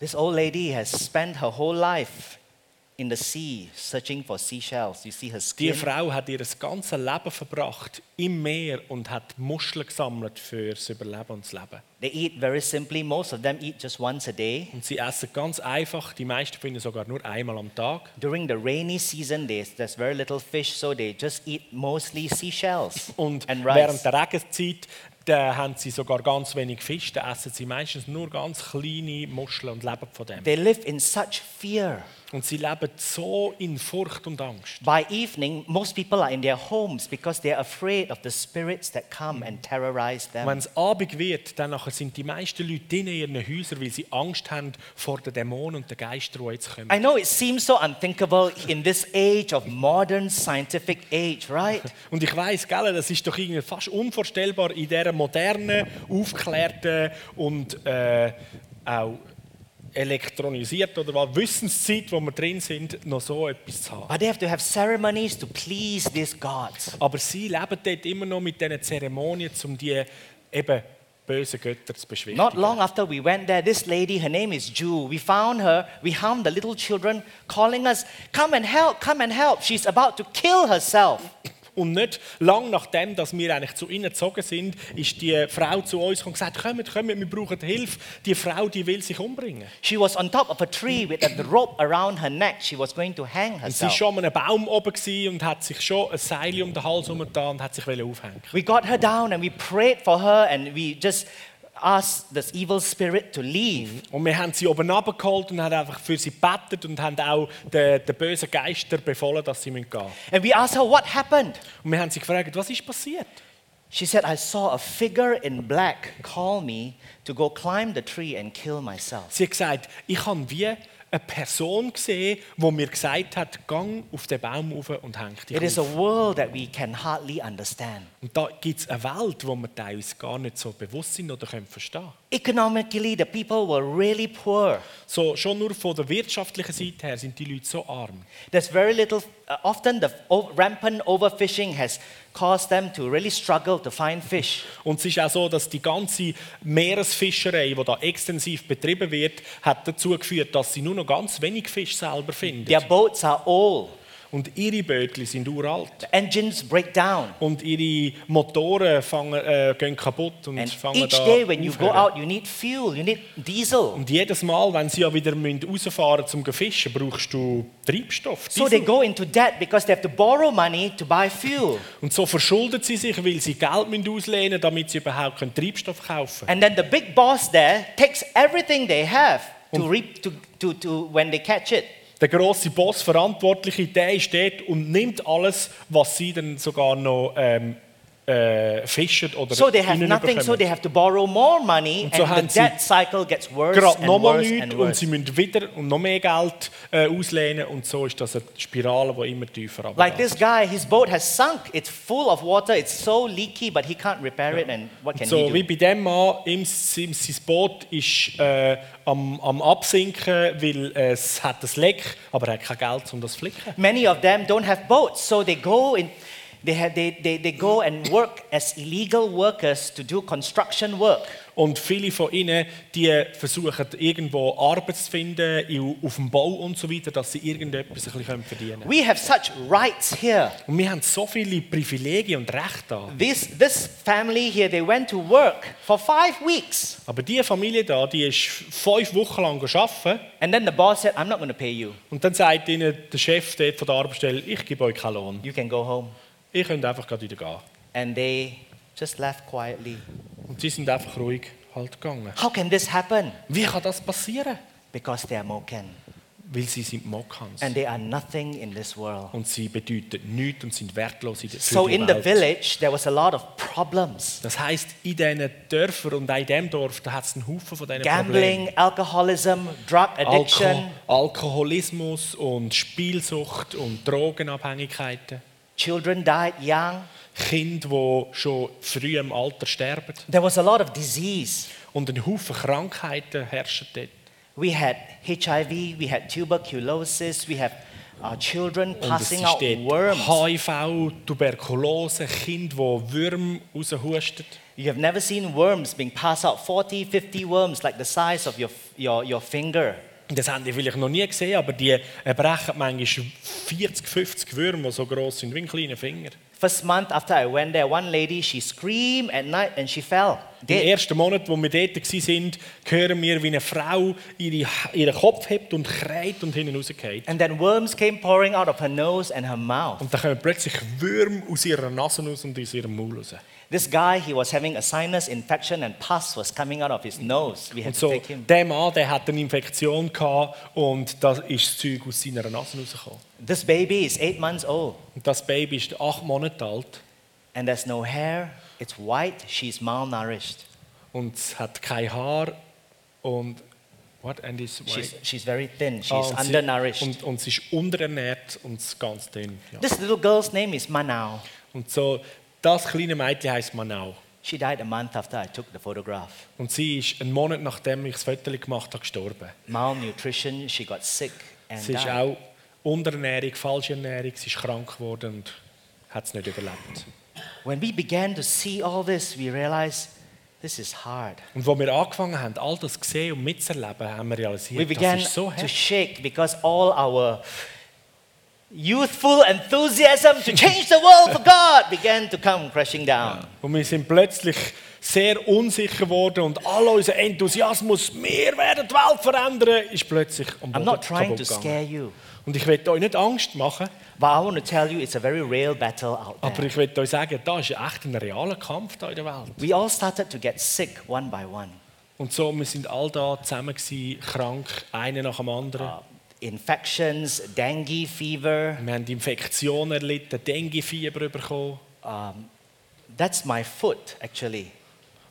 B: This old lady has spent her whole life in the sea searching for seashells. You see her
C: Die
B: skin.
C: Frau hat ihr ganzes Leben verbracht im Meer und hat Muscheln gesammelt fürs Überleben und das Leben.
B: They eat very simply. Most of them eat just once a day.
C: Und sie essen ganz einfach, die meisten finden sogar nur einmal am Tag.
B: During the rainy season, they, there's very little fish, so they just eat mostly seashells
C: Und
B: and
C: während
B: rice.
C: der Regenzeit da haben sie sogar ganz wenig Fisch, da essen sie meistens nur ganz kleine Muscheln und leben von dem.
B: They live in such fear.
C: Und sie leben so in Furcht und Angst.
B: By evening, most people are in their homes because they're afraid of the spirits that come and terrorize them.
C: Wenn es Abend wird, dann nachher sind die meisten Leute in ihren Häusern, weil sie Angst haben vor den Dämonen und den Geistern, die jetzt kommen.
B: I know it seems so unthinkable in this age of modern scientific age, right?
C: Und ich weiß, gell, das ist doch irgendwie fast unvorstellbar in dieser modernen, aufgeklärten und äh, auch elektronisierten oder was Wissenszeit, wo wir drin sind, noch so etwas zu haben.
B: But they have to have ceremonies to please these gods.
C: Aber sie leben dort immer noch mit diesen Zeremonien, um die eben bösen Götter zu beschwichtigen.
B: Not long after we went there, this lady, her name is Ju, we found her, we found the little children calling us, Come and help, come and help. She's about to kill herself.
C: Und nicht lang nachdem, dass wir eigentlich zu ihnen gezogen sind, ist die Frau zu uns gekommen und gesagt, kommt, kommt, wir brauchen Hilfe. Die Frau, die will sich umbringen.
B: She was on top of a tree with a rope around her neck. She was going to hang
C: Und sie war
B: herself.
C: schon an einem Baum oben gewesen und hat sich schon ein Seil um den Hals umgetan und hat sich wollte aufhängen.
B: We got her down and we prayed for her and we just asked this evil spirit to leave.
C: Und wir haben sie oben abgeholt und haben einfach für sie gebetet und haben auch den, den bösen Geister befohlen, dass sie gehen müssen.
B: And we asked her what happened.
C: Und wir haben sie gefragt, was ist passiert?
B: She said, I saw a figure in black call me to go climb the tree and kill myself.
C: Sie hat gesagt, ich habe wie eine Person gesehen, die mir gesagt hat, gang auf den Baum rauf und häng
B: It is
C: dich
B: a
C: auf.
B: world that we can hardly understand.
C: Und da gibt es eine Welt, wo wir teilweise gar nicht so bewusst sind oder können verstehen
B: Economically, the people were really poor.
C: so, Schon nur von der wirtschaftlichen Seite her sind die Leute so arm.
B: There's very little, uh, often the o- rampant overfishing has caused them to really struggle to find fish.
C: Und es ist auch so, dass die ganze Meeresfischerei, die da extensiv betrieben wird, hat dazu geführt, dass sie nur noch ganz wenig Fisch selber finden.
B: Their boats are old,
C: Und ihre Bötli sind uralt.
B: the engines break down.
C: Und ihre Motoren fangen, äh, gehen kaputt und
B: And
C: fangen
B: each
C: an
B: day when you go
C: aufhören.
B: out, you need fuel, you need diesel.
C: Und jedes Mal, wenn sie ja wieder müssen rausfahren müssen, um zu fischen, brauchst du Treibstoff.
B: So they
C: Diesel.
B: go into debt because they have to borrow money to buy fuel.
C: Und so verschulden sie sich, weil sie Geld müssen auslehnen müssen, damit sie überhaupt können Treibstoff kaufen
B: And
C: können.
B: then the big boss there takes everything they have to reap to, to, to when they catch it.
C: Der grosse Boss, Verantwortliche, der ist dort und nimmt alles, was sie dann sogar noch ähm, äh, fischen oder
B: So they have
C: ihnen
B: nothing, so
C: überkommen.
B: they have to borrow more money,
C: Und so haben
B: and the
C: sie
B: debt cycle gets worse
C: gerade
B: and
C: nochmal
B: worse
C: nichts
B: and
C: und
B: worse.
C: sie müssen wieder und noch mehr Geld äh, auslehnen und so ist das eine Spirale, die immer tiefer
B: Like
C: runtergeht.
B: this guy, his boat has sunk. It's full of water. It's so leaky, but he can't repair it. And what can
C: So
B: he
C: wie
B: do?
C: bei dem Mann, ihm, sein, sein Boot ist äh, am, am Absinken, weil äh, es hat ein Leck, aber er hat kein Geld, um das zu flicken.
B: Many of them don't have boats, so they go in. They, have, they, they, they go and work as illegal workers to do construction work.
C: Und viele von ihnen, die versuchen irgendwo Arbeit zu finden, i- auf dem Bau und so weiter, dass sie irgendetwas ein bisschen verdienen können.
B: We have such rights here.
C: Und wir haben so viele Privilegien und Rechte da.
B: This, this family here, they went to work for five weeks.
C: Aber diese Familie da, die ist fünf Wochen lang arbeiten
B: And then the boss said, I'm not going to pay you.
C: und dann sagt ihnen der Chef dort von der Arbeitsstelle, ich gebe euch keinen Lohn.
B: You can go home.
C: Ihr könnt einfach gerade wieder gehen.
B: And they just left quietly.
C: Und sie sind einfach ruhig halt gegangen.
B: How can this happen?
C: Wie kann das passieren?
B: because they are Moken
C: weil sie sind Mockhans.
B: and they are nothing in this world.
C: Und sie bedeuten nichts und sind wertlos in der für
B: So
C: die
B: in the
C: Welt.
B: village, there was a lot of problems
C: Das heisst, in diesen Dörfern und auch in diesem Dorf, da hat es einen Haufen von diesen Problemen.
B: gambling, alcoholism, drug
C: Alko
B: addiction.
C: Alkoholismus und Spielsucht und Drogenabhängigkeiten.
B: Children died young.
C: Kinder, die schon früh im Alter sterben.
B: There was a lot of disease.
C: Und ein Haufen Krankheiten herrschen dort.
B: We had HIV, we had tuberculosis, we have our children
C: Und es
B: passing out
C: steht
B: worms.
C: HIV, Tuberkulose, Kinder, die Würm raushusten.
B: You have never seen worms being passed out 40, 50 worms like the size of your, your, your finger.
C: Das haben die vielleicht noch nie gesehen, aber die erbrechen manchmal 40, 50 Würmer, die so gross sind wie ein kleiner Finger.
B: First month after I went there, one lady, she screamed at night and she fell.
C: Im
B: Dead.
C: ersten Monat, wo wir dort waren, hören wir, wie eine Frau ihre, ihren Kopf hebt und kreit und hinten rausgeht.
B: And then worms came pouring out of her nose and her mouth.
C: Und dann kommen plötzlich Würmer aus ihrer Nase raus und aus ihrem Maul raus.
B: This guy, he was having a sinus infection and pus was coming out of his nose. We had
C: Und
B: to
C: so,
B: take him.
C: der Mann der hat eine Infektion gehabt und das ist das Zeug aus seiner Nase rausgekommen.
B: This baby is eight months old
C: Und das Baby ist acht Monate alt
B: and there's no hair. It's white. She's malnourished.
C: und es hat kein Haar und what and is
B: She's, she's very thin. She's
C: Ah, und sie-
B: undernourished.
C: Und, und sie ist unterernährt und es ist ganz dünn. Ja.
B: This little girl's name is Manao.
C: Und so, das kleine Mädchen heisst Manau.
B: She died a month after I took the photograph.
C: Und sie ist einen Monat nachdem ich das Foto gemacht habe, gestorben.
B: Malnutrition. She got sick and
C: Sie ist
B: died.
C: auch Unterernährung, falsche Ernährung, sie ist krank geworden und hat es nicht überlebt.
B: When we began to see all this, we realized this is hard.
C: Und als wir angefangen haben, all das gesehen und mitzuerleben, haben wir
B: We
C: realisiert,
B: began
C: das ist so
B: to
C: heftig.
B: shake because all our youthful enthusiasm to change the world for God began to come crashing down.
C: Und wir sind plötzlich sehr unsicher geworden und all unser Enthusiasmus, wir werden die Welt verändern, ist plötzlich am
B: I'm
C: Boden
B: not trying
C: kaputt
B: to scare
C: gegangen.
B: you,
C: Und ich will euch nicht Angst machen,
B: but I want to tell you it's a very real battle out
C: aber
B: there.
C: ich will euch sagen, da ist echt ein realer Kampf da in der Welt.
B: We all started to get sick one by one.
C: Und so, wir sind all da zusammen gewesen, krank, einer nach dem anderen.
B: Uh, infections, dengue fever.
C: Wir haben Infektionen erlitten, Dengue-Fieber bekommen.
B: Um, that's my foot, actually.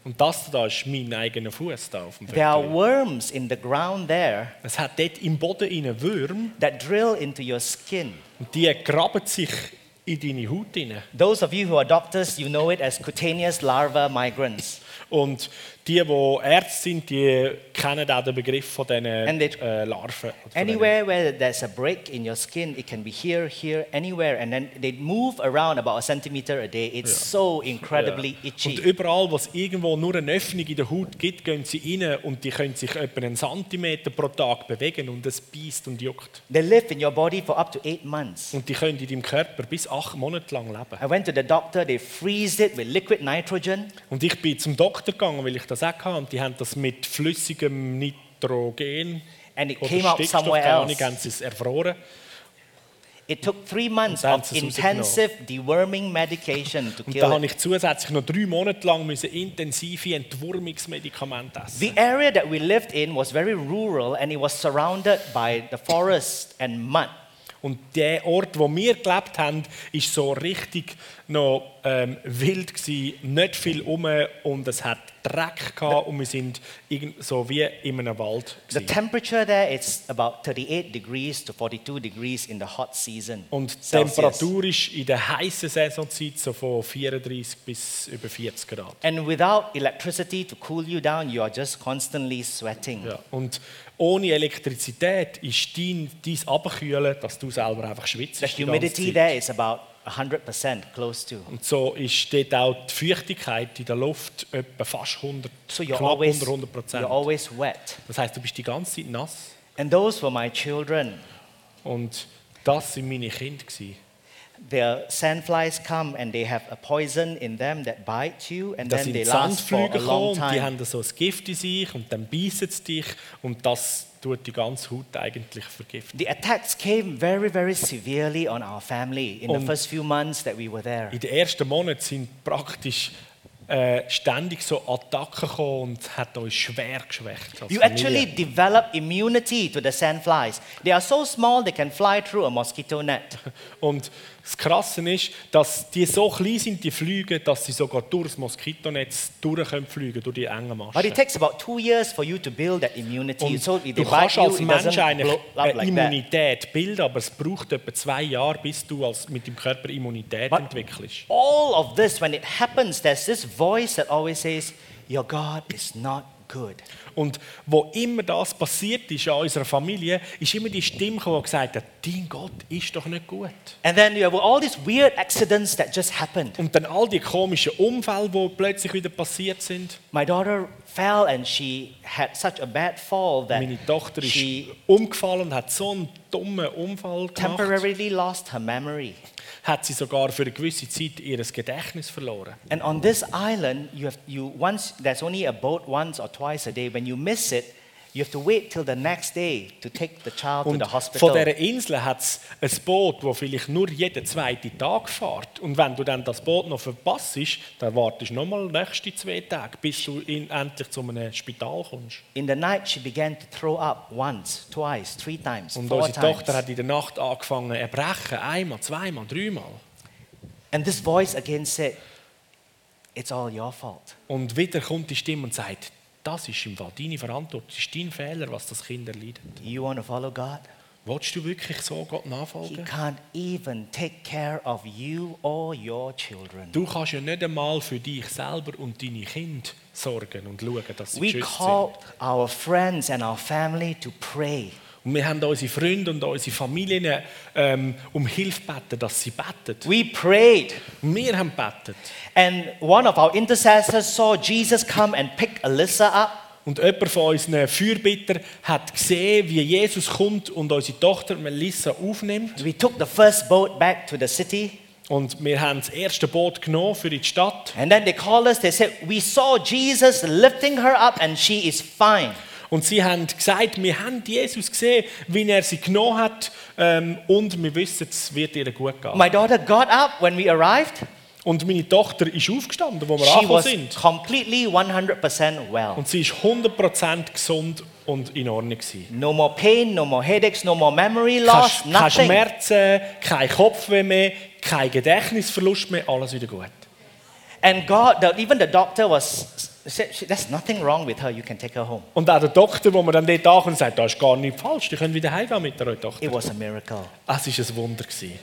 C: Und das da ist mein eigener Fuß da auf dem
B: There are
C: Feld.
B: worms in the ground there
C: Es hat dort im Boden einen Würm
B: that drill into your skin.
C: und die graben sich in deine Haut hinein.
B: Those of you who are doctors, you know it as cutaneous larva migrants.
C: Und die, die Ärzte sind, die kennen auch den Begriff von diesen
B: And it-
C: äh, Larven. oder von
B: Anywhere where there's a break in your skin, it can be here, here, anywhere, and then they move around about a centimeter a day. It's so incredibly
C: diesen- Und
B: itchy.
C: überall, wo es irgendwo nur eine Öffnung in der Haut gibt, gehen sie rein und die können sich etwa einen Zentimeter pro Tag bewegen und es beißt und juckt.
B: They live in your body for up to eight months.
C: Und die können in deinem Körper bis acht Monate lang leben.
B: I went to the doctor, they freeze it with liquid nitrogen.
C: Und ich bin zum Doktor gegangen, weil ich das auch hatte. Und die haben das mit flüssigem Nitrogen
B: And it
C: oder
B: came out
C: Stickstoff,
B: somewhere
C: keine Ahnung,
B: else.
C: haben sie es erfroren.
B: It took three months
C: dann
B: of
C: haben sie es
B: intensive deworming medication to
C: Und da
B: kill
C: habe
B: it.
C: ich zusätzlich noch drei Monate lang müssen intensive Entwurmungsmedikamente essen.
B: The area that we lived in was very rural and it was surrounded by the forest and mud.
C: Und der Ort, wo wir gelebt haben, ist so richtig noch ähm, wild gsi, nicht viel um und es hat Dreck gehabt und wir sind irgend- so wie in einem Wald.
B: The
C: gsi.
B: temperature there is about 38 degrees to 42 degrees in the hot season.
C: Und die
B: Celsius.
C: Temperatur ist in der heißen Saisonzeit so von 34 bis über 40 Grad.
B: And without electricity to cool you down, you are just constantly sweating.
C: Ja. Und ohne Elektrizität ist dein, dein Abkühlen, dass du selber einfach schwitzt.
B: The
C: die ganze
B: humidity
C: Zeit.
B: there is about 100% close to.
C: Und so ist dort auch die Feuchtigkeit in der Luft etwa fast 100,
B: So you're
C: knapp
B: always,
C: unter 100 Prozent.
B: you're always wet.
C: Das heißt, du bist die ganze Zeit nass.
B: And those were my children.
C: Und das sind meine Kinder. Gewesen.
B: The sandflies come and they have a poison in them that bites you and
C: Da
B: then
C: sind
B: they
C: die
B: last for
C: Sandflüge
B: a
C: gekommen
B: long
C: und die
B: time.
C: haben so ein Gift in sich und dann beißen sie dich und das tut die ganze Haut eigentlich vergiften.
B: The attacks came very, very severely on our family in the
C: Und-
B: first few months that we were there.
C: In den ersten Monaten sind praktisch äh, ständig so Attacken gekommen und es hat uns schwer geschwächt. als
B: You
C: Familie.
B: actually develop immunity to the sand flies. They are so small they can fly through a mosquito net.
C: Und das Krasse ist, dass die so klein sind, die Flüge, dass sie sogar durch das Moskitonetz durch können fliegen, durch die engen
B: But it
C: Maschen.
B: takes about two years for you to build that immunity.
C: Und
B: So if they
C: du
B: bite
C: kannst
B: you,
C: als
B: it
C: Mensch
B: doesn't
C: eigentlich
B: blow up
C: eine
B: like that.
C: Immunität bilden, aber es braucht etwa zwei Jahre, bis du als mit dem Körper Immunität
B: But-
C: entwickelst.
B: All of this, when it happens, there's this voice that always says, Your God is not good.
C: Und wo immer das passiert ist an unserer Familie, ist immer die Stimme, gekommen, die gesagt hat, dein Gott ist doch nicht gut.
B: And then you have all these weird accidents that just happened.
C: Und dann all die komischen Unfälle, die plötzlich wieder passiert sind.
B: My daughter fell and she had such a bad fall that
C: Meine Tochter ist
B: she
C: umgefallen und hat so einen dummen Unfall gemacht.
B: temporarily lost her memory.
C: hat sie sogar für eine gewisse Zeit ihr Gedächtnis verloren.
B: And on this island, you have you once there's only a boat once or twice a day. When you miss it, you have to wait till the next day to take the child to
C: Und
B: the
C: von
B: hospital.
C: dieser Insel hat es ein Boot, das vielleicht nur jeden zweiten Tag fährt. Und wenn du dann das Boot noch verpasst, dann wartest du nochmal nächste zwei Tage, bis du in, endlich zu einem Spital kommst.
B: In the night, she began to throw up once, twice, three times,
C: Und
B: four
C: unsere
B: times.
C: Tochter hat in der Nacht angefangen zu erbrechen. Einmal, zweimal, dreimal.
B: And this voice again said, "It's all your fault."
C: Und wieder kommt die Stimme und sagt, das ist im Fall deine Verantwortung, das ist dein Fehler, was das Kind erleidet.
B: You want to follow God?
C: Willst du wirklich so Gott
B: He
C: nachfolgen?
B: can't even take care of you or your children.
C: Du kannst ja nicht einmal für dich selber und deine Kinder sorgen und schauen, dass sie
B: We
C: geschützt
B: called our friends and our family to pray.
C: sind. Und wir haben unsere Freunde und unsere Familien ähm, um Hilfe gebeten, dass sie beten.
B: We prayed.
C: Und wir haben betet.
B: And one of our intercessors saw Jesus come and pick Alyssa up.
C: Und jemand von unseren Fürbittern hat gesehen, wie Jesus kommt und unsere Tochter Melissa aufnimmt.
B: We took the first boat back to the city.
C: Und wir haben das erste Boot genommen für die Stadt.
B: And then they called us. They said, We saw Jesus lifting her up and she is fine.
C: Und sie haben gesagt, wir haben Jesus gesehen, wie er sie genommen hat. Ähm, und wir wissen, es wird ihr gut gehen.
B: My daughter got up when we arrived.
C: Und meine Tochter ist aufgestanden, wo wir
B: She
C: angekommen
B: was
C: sind.
B: completely 100% well.
C: Und sie ist 100% gesund und in Ordnung. gewesen.
B: No more pain, no more headaches, no more memory
C: Keine,
B: loss,
C: keine
B: nothing.
C: Schmerzen, kein Kopfweh mehr, kein Gedächtnisverlust mehr, alles wieder gut.
B: And God, the, even the doctor was said, "She- There's nothing wrong with her. You can take her home.
C: Und auch der Doktor, wo wir dann dort ankommen, sagt, da ist gar nichts falsch, die können wieder heimgehen mit der
B: It
C: Tochter.
B: was a miracle.
C: Es war ein Wunder. Gewesen.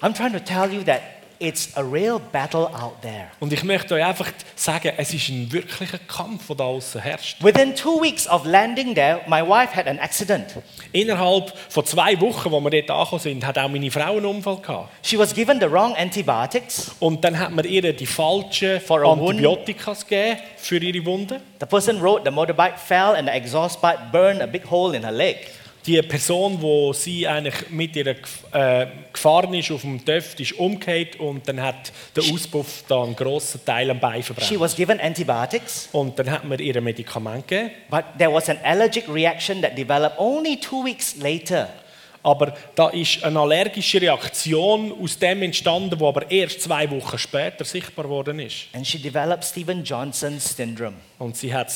B: I'm trying to tell you that it's a real battle out there.
C: Und ich möchte euch einfach sagen, es ist ein wirklicher Kampf, der da außen herrscht.
B: Within two weeks of landing there, my wife had an accident.
C: Innerhalb von zwei Wochen, wo wir dort angekommen sind, hat auch meine Frau einen Unfall gehabt.
B: She was given the wrong antibiotics.
C: Und dann hat man ihr die falschen
B: For a wound.
C: Antibiotika gegeben für ihre Wunden.
B: The person rode the motorbike, fell, and the exhaust pipe burned a big hole in her leg.
C: Die Person, wo sie eigentlich mit ihr gef- äh, gefahren ist auf dem Töft, ist umgekehrt und dann hat der Auspuff da einen grossen Teil am Bein
B: She
C: verbrannt.
B: was given antibiotics,
C: Und dann hat man ihr ein Medikament gegeben.
B: but there was an allergic reaction that developed only two weeks later.
C: Aber da ist eine allergische Reaktion aus dem entstanden, die aber erst zwei Wochen später sichtbar geworden ist.
B: And she developed Steven Johnson syndrome.
C: Und sie hat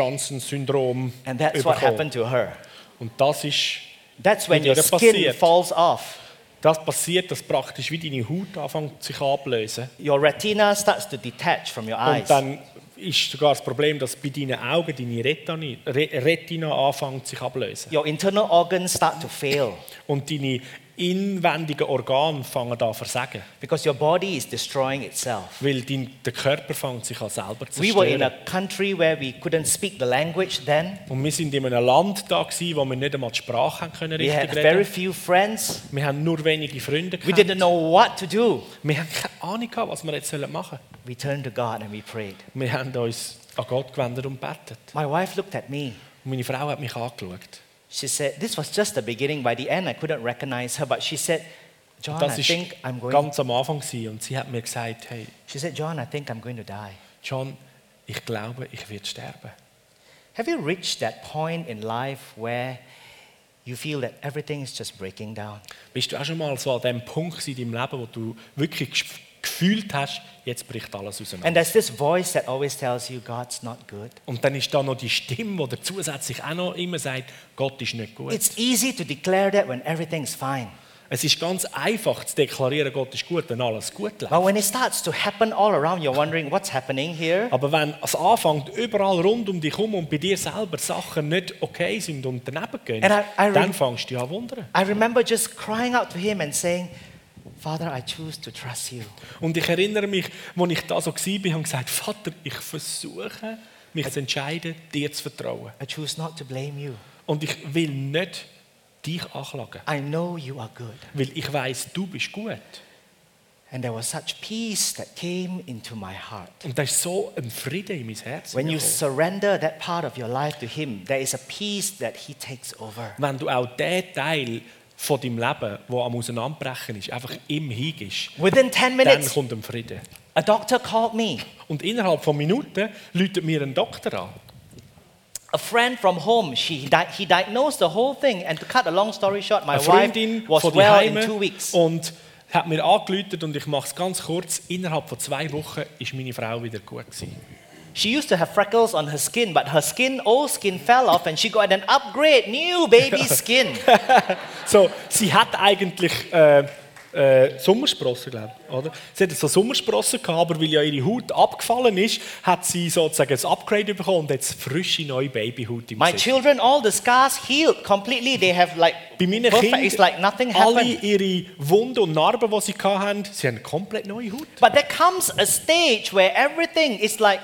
C: Stevens-Johnson-Syndrom
B: And that's what happened to her.
C: Und das ist
B: That's when
C: Mit
B: your
C: ihrer
B: skin
C: passiert.
B: falls off.
C: das passiert, dass praktisch wie deine Haut anfängt sich ablösen.
B: Your retina starts to detach from your eyes.
C: Und dann ist sogar das Problem, dass bei deinen Augen deine Retani, Re, Retina anfängt sich ablösen.
B: Your internal organs start to fail
C: Und deine inwendigen Organe fangen an versagen,
B: because your body is destroying itself.
C: weil dein, der Körper fängt sich an selber zu
B: We were in
C: zerstören.
B: a country where we couldn't speak the language then.
C: Und wir sind in einem Land da gewesen, wo wir nicht einmal die Sprache haben können
B: We had
C: richtig
B: very
C: reden.
B: few friends.
C: Wir haben nur wenige Freunde
B: We
C: gehabt.
B: didn't know what to do.
C: Wir haben keine Ahnung gehabt, was wir jetzt machen sollen.
B: We turned to God and we prayed.
C: Wir haben uns an Gott gewendet und betet.
B: My wife looked at me.
C: Und meine Frau hat mich angeschaut.
B: She said, This was just the beginning. By the end, I couldn't recognize her, but she said, John, I
C: Das war
B: think I'm going
C: ganz am Anfang gewesen. und sie hat mir gesagt, hey,
B: She said, John, I think I'm going to die.
C: John, ich glaube, ich werde sterben.
B: Have you reached that point in life where you feel that everything is just breaking down?
C: Bist du auch schon mal so an dem Punkt gewesen in deinem Leben, wo du wirklich ges- gefühlt hast, jetzt bricht alles auseinander.
B: And there's this voice that always tells you God's not good.
C: Und dann ist da noch die Stimme, die dir zusätzlich auch noch immer sagt, Gott ist nicht gut.
B: It's easy to declare that when everything's fine.
C: es ist ganz einfach zu deklarieren, Gott ist gut, wenn alles gut läuft.
B: But when it starts to happen all around, you're wondering what's happening here.
C: Aber wenn es anfängt, überall rund um dich herum und bei dir selber Sachen nicht okay sind und daneben gehen,
B: And I- I
C: dann
B: re-
C: fängst du dich an zu wundern.
B: I remember just crying out to Him and saying, Father, I choose to trust you.
C: Und ich erinnere mich, als ich da so war, habe ich gesagt, Vater, ich versuche, mich zu entscheiden, dir zu vertrauen.
B: I choose not to blame you.
C: Und ich will nicht dich anklagen,
B: I know you are good.
C: weil ich weiß, du bist gut.
B: And there was such peace that came into my heart.
C: Und da ist so ein Friede in mein Herz.
B: When you
C: gekommen.
B: surrender that part of your life to Him, there is a peace that He takes over.
C: wenn du auch den Teil von deinem Leben, der am Auseinanderbrechen ist, einfach ihm hingibst,
B: Within 10
C: dann
B: minutes,
C: kommt ein Friede.
B: a doctor called me.
C: Und innerhalb von Minuten läutet mir ein Doktor an.
B: A friend from home, she di- he diagnosed the whole thing. And to cut a long story short, my
C: Eine
B: wife
C: Freundin
B: was
C: von
B: well
C: daheim
B: in two weeks.
C: und hat mir angeläutet und ich mache es ganz kurz. Innerhalb von zwei Wochen ist meine Frau wieder gut gewesen.
B: She used to have freckles on her skin, but her skin, old skin, fell off, and she got an upgrade, new baby skin.
C: So, sie hat eigentlich äh, äh, Sommersprossen, glaube ich, oder? Sie hat so Sommersprossen gehabt, aber weil ja ihre Haut abgefallen ist, hat sie sozusagen ein Upgrade bekommen und jetzt frische neue Babyhaut im
B: My
C: Gesicht.
B: children, all the scars healed completely. They have like
C: Bei meinen
B: perfect.
C: Kindern,
B: It's like nothing
C: alle
B: happened.
C: ihre Wunden und Narben, die sie hatten, sie haben komplett neue Haut.
B: But there comes a stage where everything is like,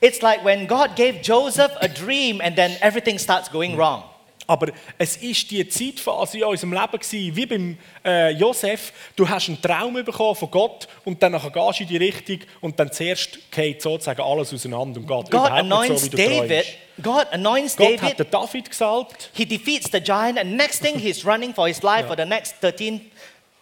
B: it's like when God gave Joseph a dream, and then everything starts going wrong.
C: Aber es ist die Zeitphase in unserem Leben gewesen, wie beim äh, Josef. Du hast einen Traum bekommen von Gott und dann nachher gehst du in die Richtung und dann zuerst geht sozusagen alles auseinander und geht
B: God
C: überhaupt nicht
B: anoints
C: so, wie du
B: David.
C: träumst.
B: God anoints
C: Gott hat
B: David.
C: den David gesalbt
B: He defeats the giant, and next thing he's running for his life for the next 13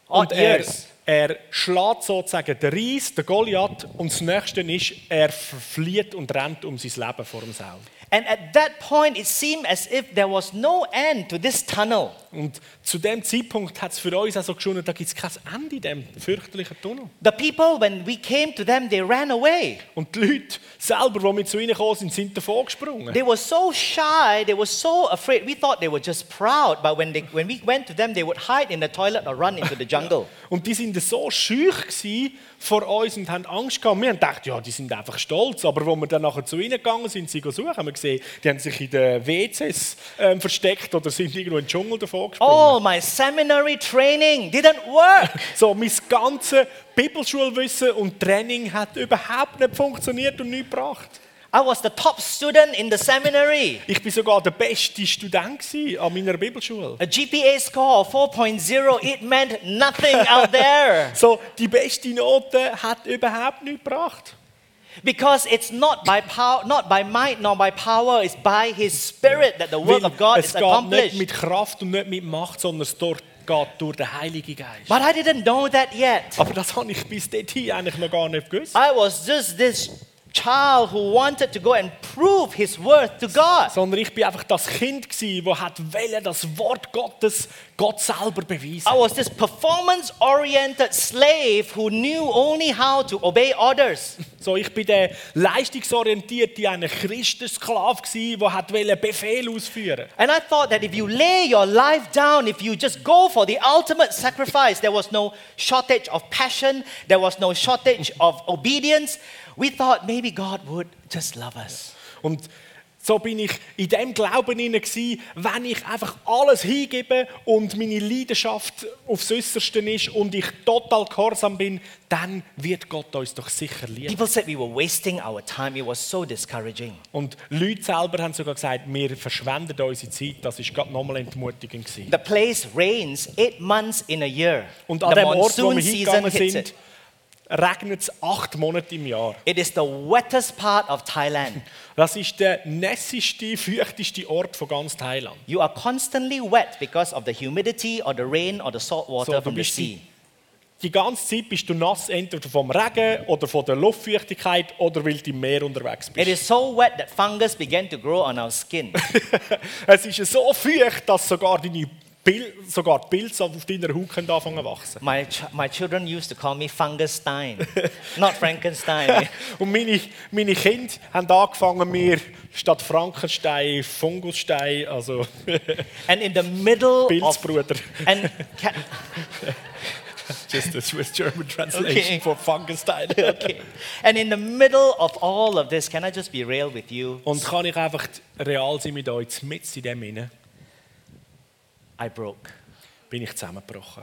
C: und
B: odd
C: er,
B: years.
C: er schlägt sozusagen den Reis, den Goliath und das Nächste ist, er flieht und rennt um sein Leben vor dem Saul.
B: And at that point, it seemed as if there was no end to this tunnel.
C: Und zu dem Zeitpunkt hat es für uns auch so geschonen, da gibt es kein Ende in diesem fürchterlichen Tunnel.
B: The people, when we came to them, they ran away.
C: Und die Leute selber, die mit zu ihnen gekommen sind, sind davon gesprungen.
B: They were so shy, they were so afraid. We thought they were just proud, but when, they, when we went to them, they would hide in the toilet or run into the jungle.
C: Und die sind so schüch gsi vor uns und haben Angst gehabt. Wir haben gedacht, ja, die sind einfach stolz. Aber als wir dann nachher zu ihnen gegangen sind, sie suchen, haben wir gesehen, die haben sich in den WCs ähm, versteckt oder sind irgendwo im Dschungel davon gesprungen.
B: All my seminary training didn't work.
C: So, mein ganzes Bibelschulwissen und Training hat überhaupt nicht funktioniert und nichts gebracht.
B: I was the top student in the seminary.
C: Ich war sogar der beste Student gsi an meiner Bibelschule.
B: A GPA score of 4.0, it meant nothing out there.
C: So, die beste Note hat überhaupt nichts gebracht.
B: Because it's not by power, not by might nor by power, it's by His Spirit that the work
C: Weil
B: of God
C: es
B: is
C: geht nicht
B: accomplished.
C: mit Kraft und nicht mit Macht, sondern es dort geht durch den Heiligen Geist.
B: But I didn't know that yet.
C: Aber das habe ich bis dorthin eigentlich noch gar nicht gewusst.
B: I was just this child who wanted to go and prove his worth to God.
C: Sondern ich war einfach das Kind, gewesen, das hat wollte, das Wort Gottes Gott selber beweisen.
B: I was this performance oriented slave who knew only how to obey orders.
C: So, ich bin der leistungsorientierte, ein Christensklave, gewesen, der hat wollte Befehl ausführen
B: And I thought that if you lay your life down, if you just go for the ultimate sacrifice, there was no shortage of passion, there was no shortage of obedience. We thought maybe God would just love us.
C: Und so bin ich in dem Glauben hinein, gewesen, wenn ich einfach alles hingebe und meine Leidenschaft aufs Äußerste ist und ich total gehorsam bin, dann wird Gott uns doch sicher lieben.
B: People said we were wasting our time. It was so discouraging.
C: Und Leute selber haben sogar gesagt, wir verschwenden unsere Zeit. Das ist gerade nochmal entmutigend gewesen.
B: The place rains eight months in a year.
C: Und an dem Ort, wo
B: monsoon
C: wir hingegangen
B: it.
C: sind, regnet es acht Monate im Jahr.
B: It is the wettest part of Thailand.
C: Das ist der nässigste, feuchteste Ort von ganz Thailand.
B: You are constantly wet because of the humidity or the rain or the salt water
C: So, du
B: from the
C: bist die-
B: sea.
C: Die ganze Zeit bist du nass, entweder vom Regen oder von der Luftfeuchtigkeit oder weil du im Meer unterwegs
B: It is
C: bist.
B: so wet that fungus began to grow on our skin.
C: es ist so feucht, dass sogar deine Pil sogar die Pilze auf deiner Haut können anfangen zu wachsen.
B: My, ch- my children used to call me Fungustein, not Frankenstein.
C: Und meine, meine Kinder haben angefangen, mir statt Frankenstein Fungusstein, also
B: and in the middle of
C: Pilzbruder.
B: and ca-
C: Just a Swiss German translation
B: Okay.
C: for Funkenstein.
B: okay. and in the middle of all of this, can I just be real with you?
C: Und kann ich einfach real sein mit euch, mit in dem inne
B: I broke.
C: bin ich zusammengebrochen.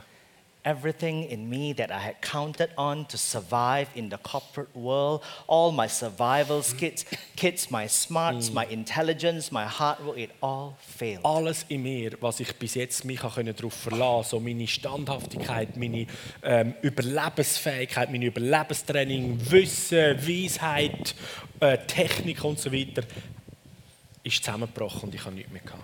B: Everything in me that I had counted on to survive in the corporate world, all my survival skits, kits, my smarts, my intelligence, my hard work, it all failed.
C: Alles in mir, was ich bis jetzt mich darauf verlassen konnte, so meine Standhaftigkeit, meine ähm, Überlebensfähigkeit, mein Überlebenstraining, Wissen, Weisheit, äh, Technik und so weiter, ist zusammengebrochen und ich habe nichts mehr. Gehabt.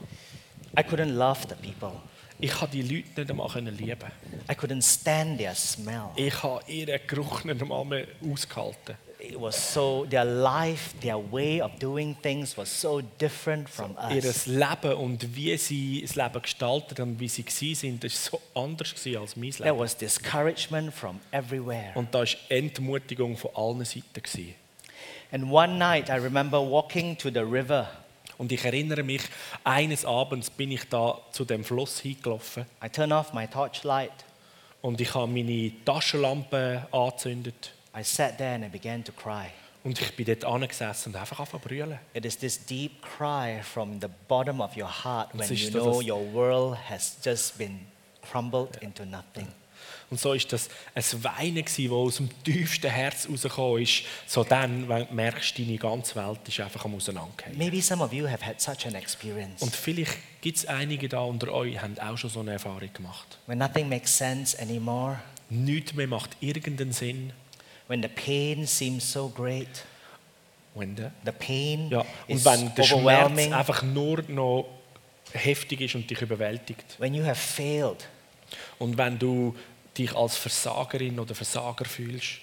B: I couldn't love the people.
C: Ich konnte die Leute nicht einmal können lieben.
B: I couldn't stand their smell.
C: Ich habe ihren Geruch nicht einmal mehr ausgehalten.
B: It was so, their life, their way of doing things was so different from
C: Ihr
B: us.
C: Leben und wie sie das Leben gestaltet und wie sie waren, das war so anders gewesen als mein
B: There
C: Leben.
B: was discouragement from everywhere.
C: Und da war Entmutigung von allen Seiten. Gewesen.
B: And one night, I remember walking to the river.
C: Und ich erinnere mich, eines Abends bin ich da zu dem Fluss hingelaufen
B: I turned off my torchlight.
C: und ich habe meine Taschenlampe angezündet.
B: I sat there and I began to cry.
C: Und ich bin dort angesessen und einfach angefangen zu brüllen.
B: It is this deep cry from the bottom of your heart when
C: Siehst
B: you
C: du
B: know
C: das?
B: your world has just been crumbled into nothing.
C: Und so ist das ein Weinen, das aus dem tiefsten Herz rausgekommen ist. So dann, wenn du merkst, deine ganze Welt ist einfach am Auseinandergehen.
B: Maybe some of you have had such an experience
C: Und vielleicht gibt es einige da unter euch, haben auch schon so eine Erfahrung gemacht.
B: when nothing makes sense anymore,
C: Nichts mehr macht irgendeinen Sinn.
B: when the pain seems so great,
C: Wenn der
B: the pain
C: ja,
B: is
C: und wenn der Schmerz
B: overwhelming,
C: einfach nur noch heftig ist und dich überwältigt.
B: when you have failed,
C: Und wenn du dich als Versagerin oder Versager fühlst.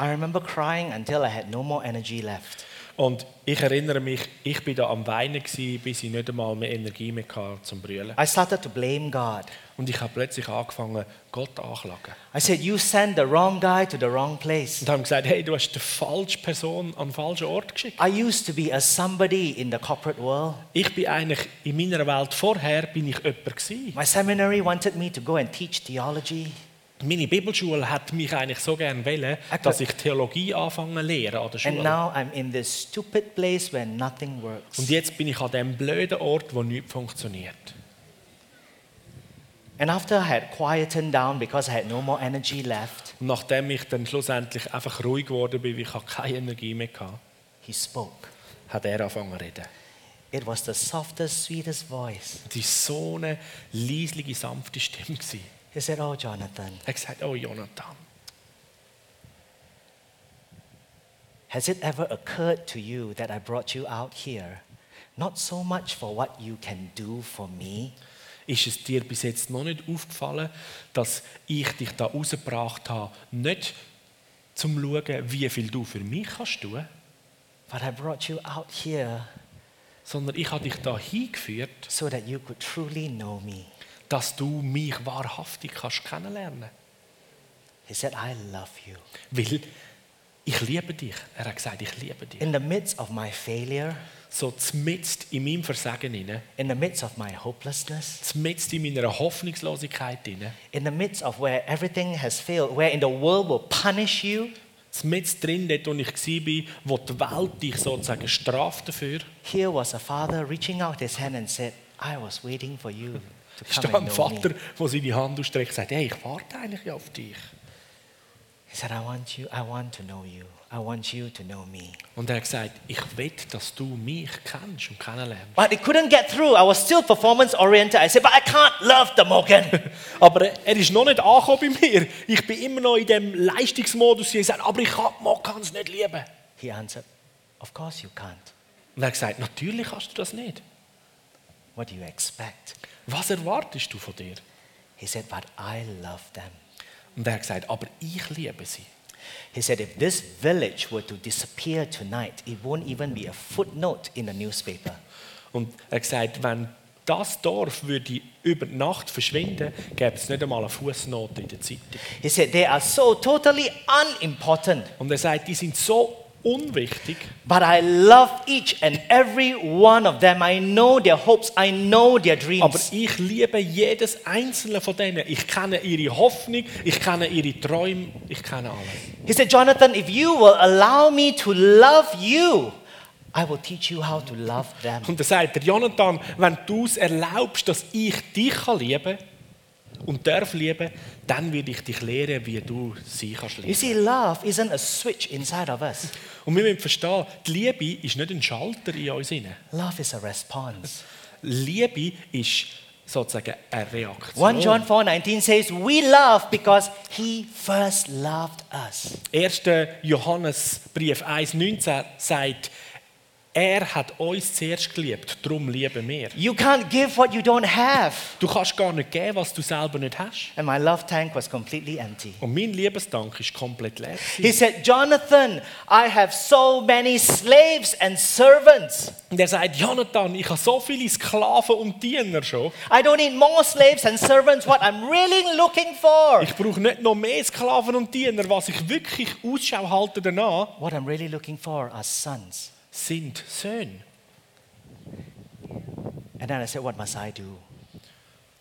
B: I remember crying until I had no more energy left.
C: Und ich erinnere mich, ich bin da am Weinen, gewesen, bis ich nicht einmal mehr Energie mehr hatte zum Brüllen.
B: I started to blame God.
C: Und ich habe plötzlich angefangen, Gott anklagen.
B: I said, You sent the wrong guy to the wrong place.
C: Und haben gesagt, hey, du hast die falsche Person an den falschen Ort geschickt.
B: I used to be a somebody in the corporate world.
C: Ich bin eigentlich in meiner Welt vorher bin ich jemand gewesen.
B: My seminary wanted me to go and teach theology.
C: Meine Bibelschule hat mich eigentlich so gerne wollen, dass ich Theologie anfange zu lehren an der
B: And
C: Schule.
B: now I'm in this stupid place where nothing works.
C: Und jetzt bin ich an dem blöden Ort, wo nichts funktioniert.
B: And after I had quietened down because I had no more energy left,
C: Und nachdem ich dann schlussendlich einfach ruhig geworden bin, weil ich hatte keine Energie mehr hatte,
B: he spoke.
C: hat er angefangen zu reden.
B: It was the softest, sweetest voice.
C: Und Es war so eine leislige, sanfte Stimme. gewesen.
B: He said, Oh, Jonathan,
C: Er hat gesagt, oh Jonathan,
B: has it ever occurred to you that I brought you out here? Not so much for what you can do for me,
C: Ist es dir bis jetzt noch nicht aufgefallen, dass ich dich da rausgebracht habe, nicht zum schauen, wie viel du für mich kannst tun,
B: but I brought you out here
C: sondern ich habe dich da hingeführt,
B: so that you could truly know me.
C: dass du mich wahrhaftig kannst kennenlernen.
B: He said, I love you.
C: Weil ich liebe dich. Er hat gesagt, ich liebe dich.
B: In the midst of my failure,
C: So zmitzt in meinem Versagen inne,
B: in the midst of my hopelessness,
C: zmitzt in meiner Hoffnungslosigkeit inne,
B: in the midst of where everything has failed, where in the world will punish you,
C: zmitzt drin, dort, wo ich war, wo die Welt dich sozusagen straft dafür.
B: here was a father reaching out his hand and said, I was waiting for you to
C: Ist
B: come
C: da ein
B: and know me.
C: Vater, der seine Hand ausstreckt und sagt, hey, ich warte eigentlich ja auf dich.
B: He said, I want you, I want to know you. I want you to know me.
C: Und er hat gesagt, ich will, dass du mich kennst und kennenlernst.
B: But it couldn't get through. I was still performance oriented. I said, but I can't love the Morgan.
C: Aber er er ist noch nicht angekommen bei mir. Ich bin immer noch in dem Leistungsmodus. Ich sage, aber ich kann es nicht lieben.
B: he answered, Of course you can't.
C: Und er hat gesagt, natürlich kannst du das nicht.
B: What do you expect?
C: Was erwartest du von dir?
B: He said, But I love them.
C: Und er hat gesagt, aber ich liebe sie.
B: He said, If this village were to disappear tonight, it won't even be a footnote in the newspaper.
C: Und er hat gesagt, wenn das Dorf würde über Nacht verschwinden, gäbe es nicht einmal eine Fußnote in der Zeitung.
B: He said, They are so totally unimportant,
C: Und er sagt, die sind so unwichtig,
B: but I love each and every one of them. I know their hopes, I know their dreams.
C: aber ich liebe jedes einzelne von denen. Ich kenne ihre Hoffnung, ich kenne ihre Träume, ich kenne alles.
B: He said, Jonathan, if you will allow me to love you, I will teach you how to love them.
C: Und er sagt, der Jonathan, wenn du es erlaubst, dass ich dich kann lieben und darf lieben, dann werde ich dich lehren, wie du sie kannst
B: You
C: lieben.
B: see, love isn't a switch inside of us,
C: Und wir müssen verstehen, die Liebe ist nicht ein Schalter in uns. Rein.
B: love is a response.
C: Liebe ist sozusagen eine Reaktion.
B: 1 John 4:19 says, "We love because he first loved us."
C: 1. Johannesbrief 1,19 sagt, er hat uns zuerst geliebt, darum lieben wir.
B: You can't give what you don't have.
C: Du kannst gar nicht geben, was du selber nicht hast.
B: And my love tank was completely empty.
C: Und mein Liebesdank ist komplett leer.
B: He said, "Jonathan, I have so many slaves and servants.
C: Und er sagt, Jonathan, ich habe so viele Sklaven und Diener schon.
B: I don't need more slaves and servants. What I'm really looking for,
C: Ich brauche nicht noch mehr Sklaven und Diener. Was ich wirklich Ausschau halte danach,
B: what I'm really looking for are sons."
C: sind Söhne.
B: And then I said, "What must I do?"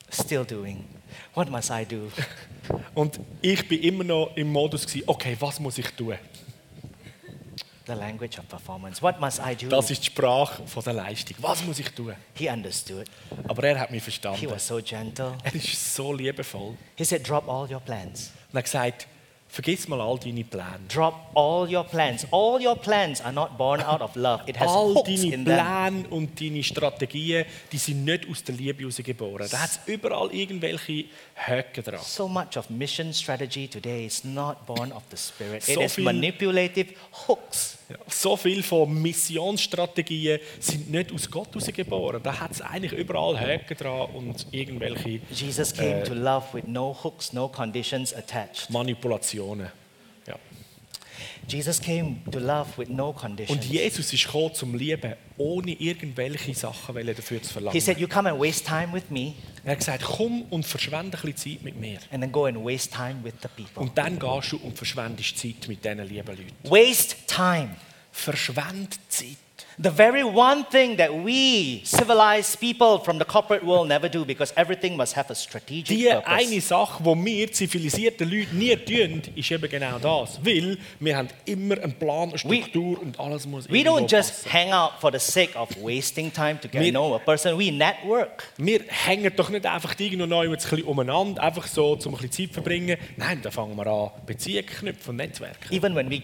B: Still doing. What must I do?
C: Und ich bin immer noch im Modus, gewesen, okay, was muss ich tun?
B: The language of performance. What must I do?
C: Das ist die Sprache von der Leistung. Was muss ich tun?
B: He understood.
C: Aber er hat mich
B: He
C: verstanden.
B: was so gentle.
C: Er ist so liebevoll. Und
B: He said, Drop all your plans.
C: er hat gesagt, vergiss mal all deine Pläne.
B: Drop all your plans. All your plans are not born out of love. It has
C: All
B: hopes
C: deine
B: in them.
C: Pläne und deine Strategien, die sind nicht aus der Liebe herausgeboren. Da hat es überall irgendwelche Haken dran.
B: So much of mission strategy today is not born of the spirit. It
C: So
B: is
C: viel-
B: manipulative hooks.
C: Ja. So viel von Missionsstrategien sind nicht aus Gott herausgeboren. Da hat es eigentlich überall Haken dran und irgendwelche
B: Jesus came to love with no hooks, no conditions attached.
C: Manipulationen. Ja.
B: Jesus came to love with no
C: Und
B: conditions.
C: Jesus ist gekommen zum Lieben, ohne irgendwelche Sachen wollen dafür zu
B: He
C: verlangen.
B: said, You come and waste time with me,
C: Er hat gesagt, komm und verschwende ein bisschen Zeit mit mir.
B: and then go and waste time with the people.
C: Und dann gehst du und verschwendest Zeit mit diesen lieben Leuten.
B: Waste time.
C: Verschwend Zeit.
B: The very one thing that we civilized people from the corporate world never do because everything must have a strategic
C: Die
B: purpose.
C: eine Sache, die wir zivilisierten Leute nie tun, ist eben genau das. Weil wir haben immer einen Plan, eine Struktur und alles muss
B: We
C: irgendwo
B: don't just
C: passen.
B: hang out for the sake of wasting time to get
C: Me-
B: to know a person. We network.
C: Wir hängen doch nicht einfach irgendwo neu ein bisschen umeinander, einfach so, um ein bisschen Zeit zu verbringen. Nein, da fangen wir an, Beziehungen knüpfen und Netzwerken.
B: Even when we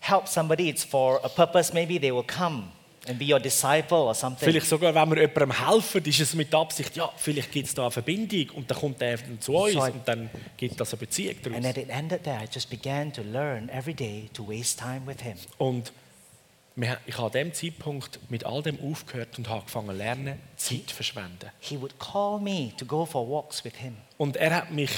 B: help somebody, it's for a purpose. Maybe they will come and be your disciple or something.
C: Vielleicht sogar, wenn wir jemandem helfen, ist es mit der Absicht, ja, vielleicht gibt es da eine Verbindung und dann kommt der dann zu uns
B: So I-
C: und dann gibt das eine Beziehung
B: And
C: daraus.
B: at it ended there. I just began to learn every day to waste time with him.
C: Und wir- ich habe an dem Zeitpunkt mit all dem aufgehört und habe angefangen zu lernen, Zeit zu verschwenden.
B: He would call me to go for walks with him.
C: Und er hat mich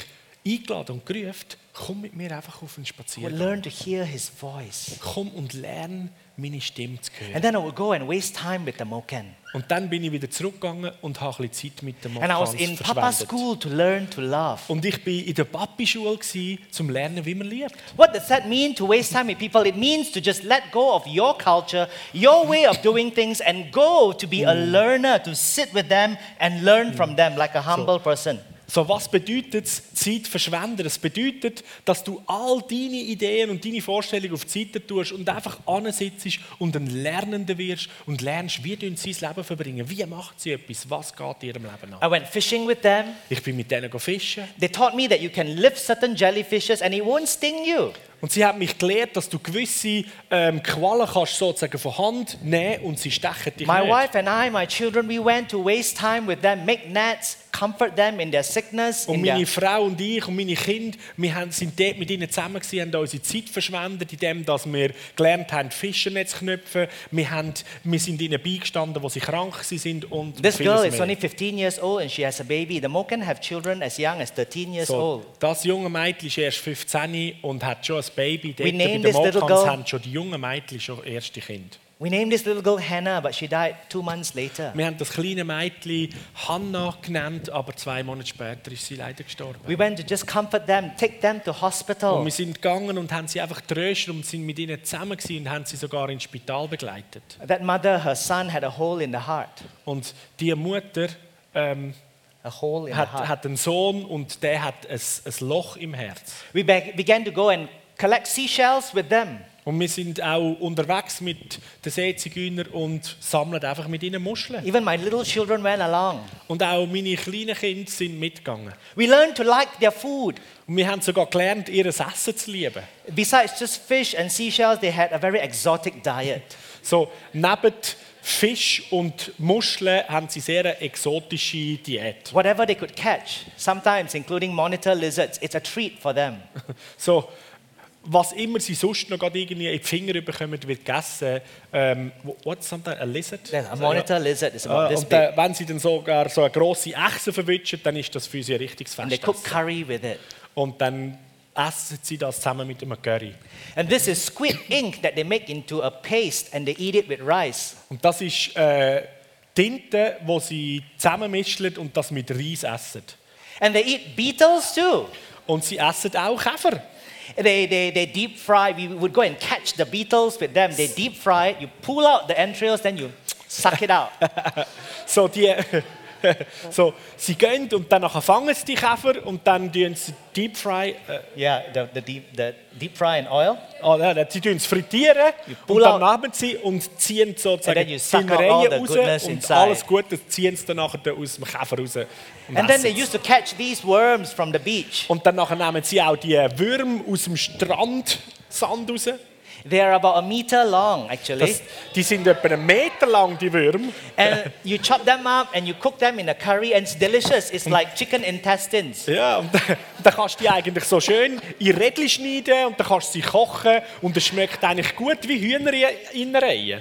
C: eingeladen und gerufen, komm mit mir einfach auf einen
B: I would
C: Spaziergang.
B: learn to hear his voice.
C: Komm und lerne, meine Stimme zu hören.
B: And then I would go and waste time with the Moken.
C: Und dann bin ich wieder zurückgegangen und habe ein bisschen Zeit mit dem
B: And I was
C: Mokans
B: in Papa's
C: verschwendet.
B: school to learn to love.
C: Und ich war in der Papi-Schule, um zu lernen, wie man liebt.
B: What does that mean to waste time with people? It means to just let go of your culture, your way of doing things, and go to be a learner, to sit with them and learn from them like a humble person.
C: So, was bedeutet es, Zeit verschwenden? Es bedeutet, dass du all deine Ideen und deine Vorstellungen auf die Seite tust und einfach ansitzt und ein Lernender wirst und lernst, wie du sein Leben verbringen. Wie macht sie etwas? Was geht in ihrem Leben
B: I
C: an?
B: went fishing with them.
C: Ich bin mit denen go fischen
B: They taught me that you can lift certain jellyfishes and it won't sting you.
C: und sie haben mich gelehrt, dass du gewisse ähm, Qualen kannst sozusagen von Hand nehmen und sie stechen dich
B: My
C: nicht.
B: wife and I, my children, we went to waste time with them, make nets, comfort them in their sickness,
C: Und
B: in their
C: meine Frau und ich und meine Kinder, wir haben, sind dort mit ihnen zusammen gewesen, haben unsere Zeit verschwendet, indem dass wir gelernt haben, Fischernetz zu knüpfen. Wir, haben, wir sind ihnen beigestanden, wo sie krank gewesen sind und
B: This
C: vieles
B: girl is
C: mehr.
B: only 15 years old and she has a baby. The Moken have children as young as 13 years
C: so,
B: old.
C: das junge Mädchen ist erst 15 und hat schon ein Baby. Dort bei
B: named
C: den
B: this little
C: Malkans
B: girl-
C: haben schon die jungen Mädchen schon erste Kinder.
B: We named this little girl Hannah, but she died two months later.
C: Wir haben das kleine Mädchen Hannah genannt, aber zwei Monate später ist sie leider gestorben.
B: We went to just comfort them, take them to
C: Und
B: hospital.
C: wir sind gegangen und haben sie einfach getröstet und sind mit ihnen zusammen gewesen und haben sie sogar ins Spital begleitet.
B: That mother, her son had a hole in the heart.
C: Und die Mutter ähm,
B: A hole in the
C: hat,
B: heart.
C: hat einen Sohn und der hat ein, ein Loch im Herz.
B: We be- began to go and collect seashells with them.
C: Und wir sind auch unterwegs mit den Seezigüner und sammeln einfach mit ihnen Muscheln.
B: Even my little children went along.
C: Und auch meine kleinen Kinder sind mitgegangen.
B: We learned to like their food.
C: Und wir haben sogar gelernt, ihr Essen zu lieben.
B: Besides just fish and seashells, they had a very exotic diet.
C: So, neben Fisch und Muscheln haben sie sehr eine exotische Diät.
B: Whatever they could catch, sometimes including monitor lizards, it's a treat for them.
C: So, was immer sie sonst noch gerade irgendwie in die Finger bekommen, wird gegessen. Ähm, what's something? A lizard?
B: Then a monitor lizard is
C: Ah,
B: about this
C: und
B: big.
C: dann, wenn sie dann sogar so eine grosse Echse verwischen, dann ist das für sie ein richtiges
B: And they cook
C: Festessen.
B: curry with it.
C: Und dann essen sie das zusammen mit einem Curry.
B: And this is squid ink that they make into a paste and they eat it with rice.
C: Und das ist äh, Tinte, die sie zusammenmischen und das mit Reis essen.
B: And they eat beetles too.
C: Und sie essen auch Käfer.
B: They, they, they deep fry. We would go and catch the beetles with them. They deep fry it. You pull out the entrails, then you suck it out.
C: So, die, so, sie gehen und dann nachher fangen sie die Käfer und dann tun sie Deepfry, äh,
B: yeah, the, the, deep, the deep fry in oil.
C: ah, nein, sie tun es frittieren
B: pull
C: und dann
B: out-
C: nehmen sie und ziehen
B: And
C: sozusagen
B: then
C: die
B: you suck out all the
C: Innereien
B: goodness
C: raus und
B: inside.
C: alles Gute ziehen sie dann nachher aus dem Käfer raus. Und,
B: And then they
C: essen's.
B: used to catch these worms from the beach.
C: und dann nachher nehmen sie auch die Würmer aus dem Strandsand raus.
B: They are about a meter long, actually.
C: Das, die sind etwa einen Meter lang, die Würmer.
B: and you chop them up and you cook them in a curry, and it's delicious. It's like chicken intestines.
C: Ja, und dann, dann kannst du die eigentlich so schön in Rädchen schneiden und dann kannst du sie kochen und es schmeckt eigentlich gut wie Hühnerinnereien.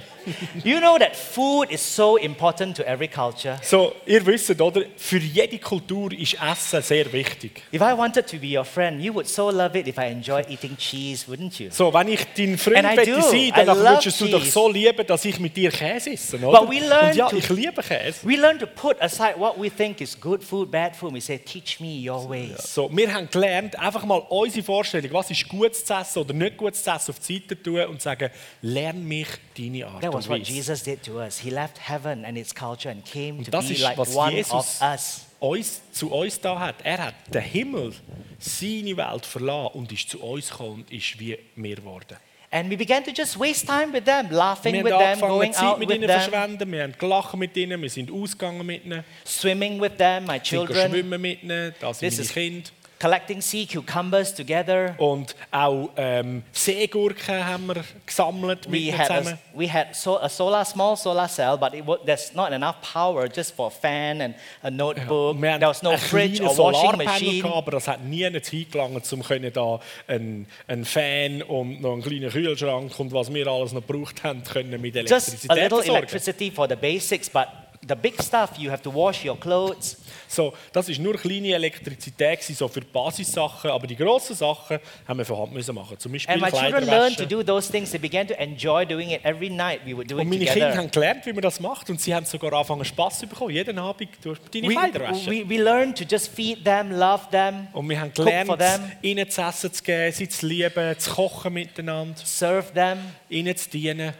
B: You know that food is so important to every culture.
C: So, ihr wisst, oder? Für jede Kultur ist Essen sehr wichtig.
B: If I wanted to be your friend, you would so love it if I enjoy eating cheese, wouldn't you?
C: So, wenn ich dein Freund
B: And I
C: möchte
B: do.
C: sein,
B: I
C: dann
B: love
C: würdest du doch
B: cheese.
C: so lieben, dass ich mit dir Käse esse, oder?
B: But we learn
C: und ja,
B: to-
C: ich liebe Käse.
B: We learn to put aside what we think is good food, bad food. We say, teach me your ways.
C: So, wir haben gelernt, einfach mal unsere Vorstellung, was ist gut zu essen oder nicht gut zu essen, auf die Seite tun und sagen, lern mich deine Art
B: That was
C: und
B: what
C: Weise.
B: Jesus did to us. He left heaven and its culture and came to
C: das
B: be
C: ist,
B: like
C: was
B: one
C: Jesus-
B: of us.
C: uns, zu uns da hat. Er hat den Himmel, seine Welt verlassen und ist zu uns gekommen und ist wie wir geworden.
B: And we began to just waste time with them, laughing
C: Wir
B: with
C: haben
B: them,
C: angefangen,
B: going
C: Zeit
B: out
C: mit
B: with
C: ihnen
B: them,
C: verschwenden, wir haben gelacht mit ihnen, wir sind ausgegangen mit ihnen,
B: swimming with them, my
C: sind
B: children,
C: schwimmen mit ihnen, da sind
B: This
C: meine
B: is-
C: Kinder.
B: collecting sea cucumbers together.
C: Und auch ähm, Seegurken haben wir gesammelt mit
B: We
C: ihnen
B: had,
C: zusammen.
B: a, we had so, a solar, small solar cell, but it, wa- there's not enough power just for a fan and a notebook.
C: Wir haben
B: There was no
C: einen
B: fridge
C: kleinen
B: or washing
C: Solarpanel
B: machine.
C: gehabt, aber das hat nie eine Zeit gelangt, um können da einen, einen Fan und noch einen kleinen Kühlschrank und was wir alles noch gebraucht haben, können mit
B: Just a
C: Elektrizität
B: little
C: versorgen.
B: electricity for the basics, but the big stuff, you have to wash your clothes.
C: So, das war nur kleine Elektrizität gewesen, so für die Basissachen, aber die grossen Sachen haben wir von Hand müssen machen. Zum Beispiel
B: And my children learned to
C: Kleiderwäsche.
B: do those things. They began to enjoy doing it every night. We would do
C: Und
B: it
C: meine Kinder
B: together.
C: haben gelernt, wie man das macht und sie haben sogar angefangen Spass zu bekommen. Jeden Abend durch deine
B: We,
C: Kleiderwäsche.
B: we, we learned to just feed them, love them,
C: und wir haben
B: cook for them,
C: gelernt, ihnen zu essen zu geben, sie zu lieben, zu kochen miteinander,
B: serve them.
C: ihnen zu dienen.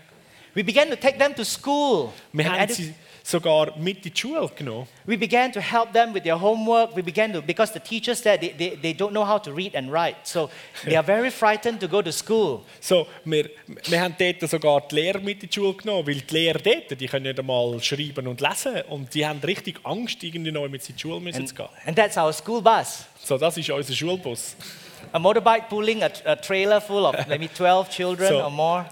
B: We began to take them to school.
C: Wir
B: and
C: haben
B: edu-
C: sie sogar mit in die Schule genommen.
B: we began to help them with their homework. We began to, because the teachers there, they, they, they don't know how to read and write. So they are very frightened to go to school.
C: So, wir, wir haben dort sogar die Lehrer mit in die Schule genommen, weil die Lehrer dort, die können nicht einmal schreiben und lesen und die haben richtig Angst, irgendwie neu mit in die Schule müssen zu gehen.
B: And that's our school bus.
C: So, das ist unser Schulbus.
B: A motorbike pulling a, a trailer full of maybe 12 children
C: So,
B: or more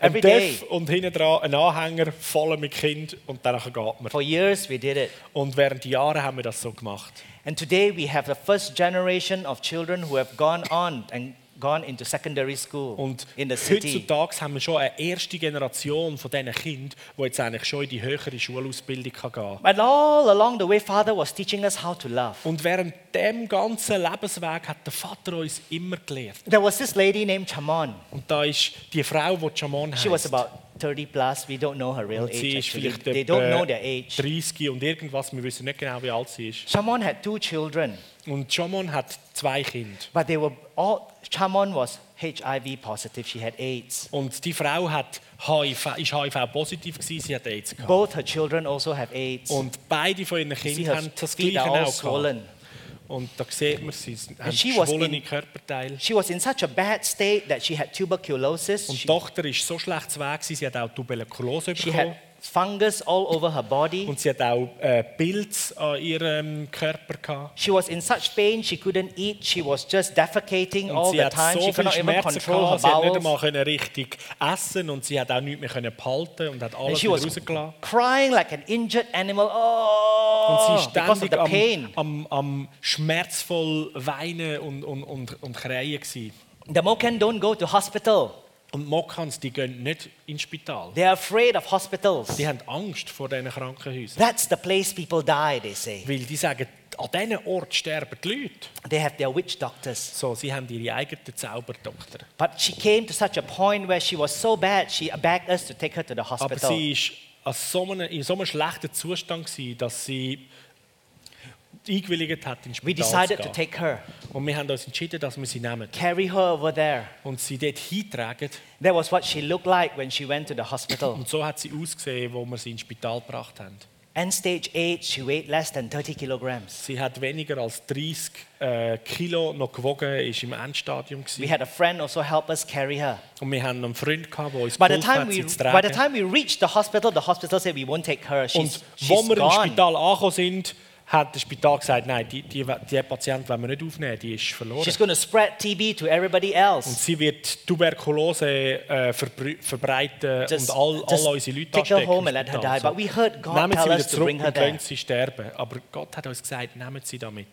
C: Ein
B: every day.
C: Def und hinten dran ein Anhänger voll mit Kind und danach geht man.
B: For years we did it.
C: Und während Jahren haben wir das so gemacht.
B: And today we have the first generation of children who have gone on and gone into secondary school
C: Und
B: in the city.
C: heutzutage haben wir schon eine erste Generation von diesen Kindern, die jetzt eigentlich schon in die höhere Schulausbildung kann gehen kann.
B: But all along the way, Father was teaching us how to love.
C: Und während dem ganzen Lebensweg hat der Vater uns immer gelehrt.
B: There was this lady named Chamon.
C: Und da ist die Frau, die Jamon
B: She was
C: heißt.
B: about 30 plus. We don't know her real
C: Und
B: age.
C: sie ist
B: Actually.
C: vielleicht
B: They don't know their
C: äh,
B: age.
C: 30 und irgendwas, wir wissen nicht genau, wie alt sie ist.
B: Shamon had two children,
C: Und Jamon hat zwei Kinder.
B: but they were all. Shamon was HIV positive. She had AIDS.
C: Und die Frau hat HIV, ist HIV-positiv, gewesen, sie hat AIDS gehabt.
B: Both her children also have AIDS.
C: Und beide von ihren
B: See,
C: Kindern
B: her
C: haben das
B: feet
C: gleiche
B: are all
C: auch gehabt.
B: swollen.
C: Und da sieht man, sie haben
B: she was
C: schwollene
B: in-
C: Körperteile.
B: She was in such a bad state that she had tuberculosis.
C: Und die
B: She,
C: Tochter ist so schlecht weg, gewesen, sie hat auch Tuberkulose
B: she
C: bekommen.
B: had fungus all over her body.
C: Und sie hat auch äh, Pilz an ihrem Körper gehabt.
B: She was in such pain she couldn't eat. She was just defecating all
C: Und sie
B: the
C: hat
B: time.
C: so
B: She
C: viel
B: could not even
C: Schmerzen
B: control her
C: gehabt, sie hat nicht
B: bowels.
C: einmal können richtig essen und sie hat auch nichts mehr können behalten und hat
B: And
C: alles
B: she
C: wieder
B: was
C: rausgelassen.
B: crying like an injured animal.
C: Und sie
B: Oh,
C: ist
B: because of
C: ständig
B: the pain.
C: am, am, am schmerzvoll weinen und, und, und, und kreien gsi.
B: The Moken don't go to hospital.
C: Und Mokkans, die gehen nicht ins Spital.
B: They are afraid of hospitals.
C: Die haben Angst vor diesen Krankenhäusern.
B: That's the place people die, they say.
C: Weil die sagen, an diesen Ort sterben die Leute.
B: They have their witch doctors.
C: So, sie haben ihre eigenen Zauberdoktor.
B: But she came to such a point where she was so bad, she begged us to take her to the
C: Aber
B: hospital.
C: sie war an so einem, in so einem schlechten Zustand, gewesen, dass sie eingewilligt hat, ins
B: We
C: Spital
B: decided
C: zu
B: to
C: gehen.
B: take her,
C: Und wir haben uns entschieden, dass wir sie nehmen
B: carry her over there.
C: und sie dort hintragen.
B: That was what she looked like when she went to the hospital.
C: Und so hat sie ausgesehen, wo wir sie ins Spital gebracht haben.
B: End stage 8, she weighed less than 30 kilograms.
C: Sie hat weniger als 30 äh, Kilo noch gewogen, ist im Endstadium
B: We
C: gewesen.
B: had a friend also help us carry her.
C: Und wir haben einen Freund gehabt, der uns
B: By the
C: geholfen
B: time
C: hat,
B: we,
C: sie zu
B: by the time
C: tragen.
B: we reached the hospital, the hospital said we won't take her. She's,
C: Und wo
B: she's
C: wir im
B: gone.
C: Spital angekommen sind, hat das Spital gesagt, nein, die, die, die Patient wollen wir nicht aufnehmen, die ist verloren.
B: She's going to spread TB to everybody else.
C: Sie wird Tuberkulose äh, verbrü- verbreiten
B: Just-
C: und all,
B: just
C: all unsere Leute
B: take her
C: anstecken
B: home
C: im
B: and let her
C: Spital.
B: die. But we heard God
C: nehmen
B: tell
C: sie
B: us
C: wieder
B: to
C: zurück
B: bring her
C: und
B: there.
C: lassen sie sterben. Aber Gott hat uns gesagt, nehmen sie damit.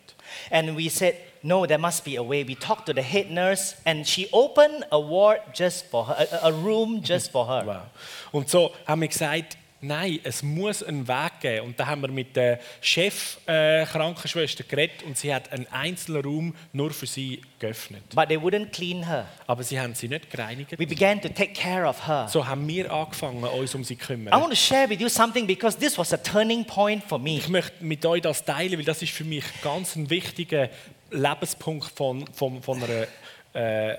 B: And we said, no, there must be a way. We talked to the head nurse, and she opened a ward just for her, a, a room just for her.
C: Wow. Und so haben wir gesagt, nein, es muss einen Weg geben. Und da haben wir mit der Chef-Krankenschwester äh, Krankenschwester geredet und sie hat einen einzelnen Raum nur für sie geöffnet.
B: But they wouldn't clean her.
C: Aber sie haben sie nicht gereinigt.
B: We began to take care of her.
C: So haben wir angefangen, uns um sie zu
B: I
C: kümmern.
B: want to share with you something because this was a turning point for me.
C: Ich möchte mit euch das teilen, weil das ist für mich ganz ein wichtiger Lebenspunkt von, von, von einer äh,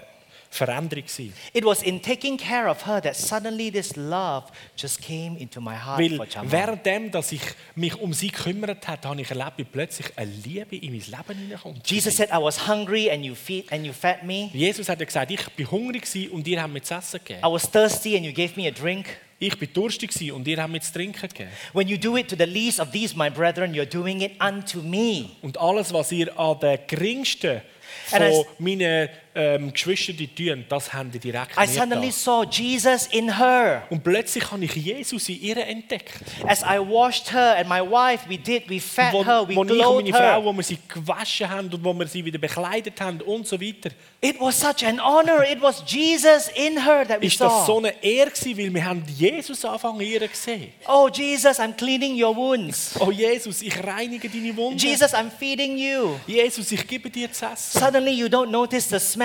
C: Veränderung gewesen.
B: It was in taking care of her that suddenly this love just came into my heart
C: Weil
B: for Jamal.
C: währenddem, dass ich mich um sie gekümmert habe, habe ich erlebt, wie plötzlich eine Liebe in mein Leben hineinkommt.
B: Jesus said, I was hungry and you feed and you fed me.
C: Jesus hat ja gesagt, ich bin hungrig gewesen und ihr habt mir zu essen
B: I
C: gegeben.
B: was thirsty and you gave me a drink.
C: Ich bin durstig gewesen und ihr habt mir zu trinken gegeben.
B: When you do it to the least of these, my brethren, you're doing it unto me.
C: Und alles, was ihr an den geringsten
B: And I-
C: von meinen ähm, Geschwistern tun, das habt ihr direkt
B: I
C: mir
B: suddenly
C: getan.
B: saw Jesus in her.
C: Und plötzlich habe ich Jesus in ihr entdeckt.
B: As I washed her and my wife, we did, we fed
C: Wo,
B: her, we
C: wo ich und
B: clothed
C: meine Frau,
B: her.
C: wo wir sie gewaschen haben und wo wir sie wieder bekleidet haben und so weiter.
B: It was such an honor. It was Jesus in her that we
C: Ist das so
B: saw.
C: eine Ehre gewesen, weil wir haben Jesus anfangen in ihr gesehen.
B: Oh, Jesus, I'm cleaning your wounds.
C: Oh Jesus, ich reinige deine Wunden.
B: Jesus, I'm feeding you.
C: Jesus, ich gebe dir zu essen.
B: Suddenly you don't notice the smell.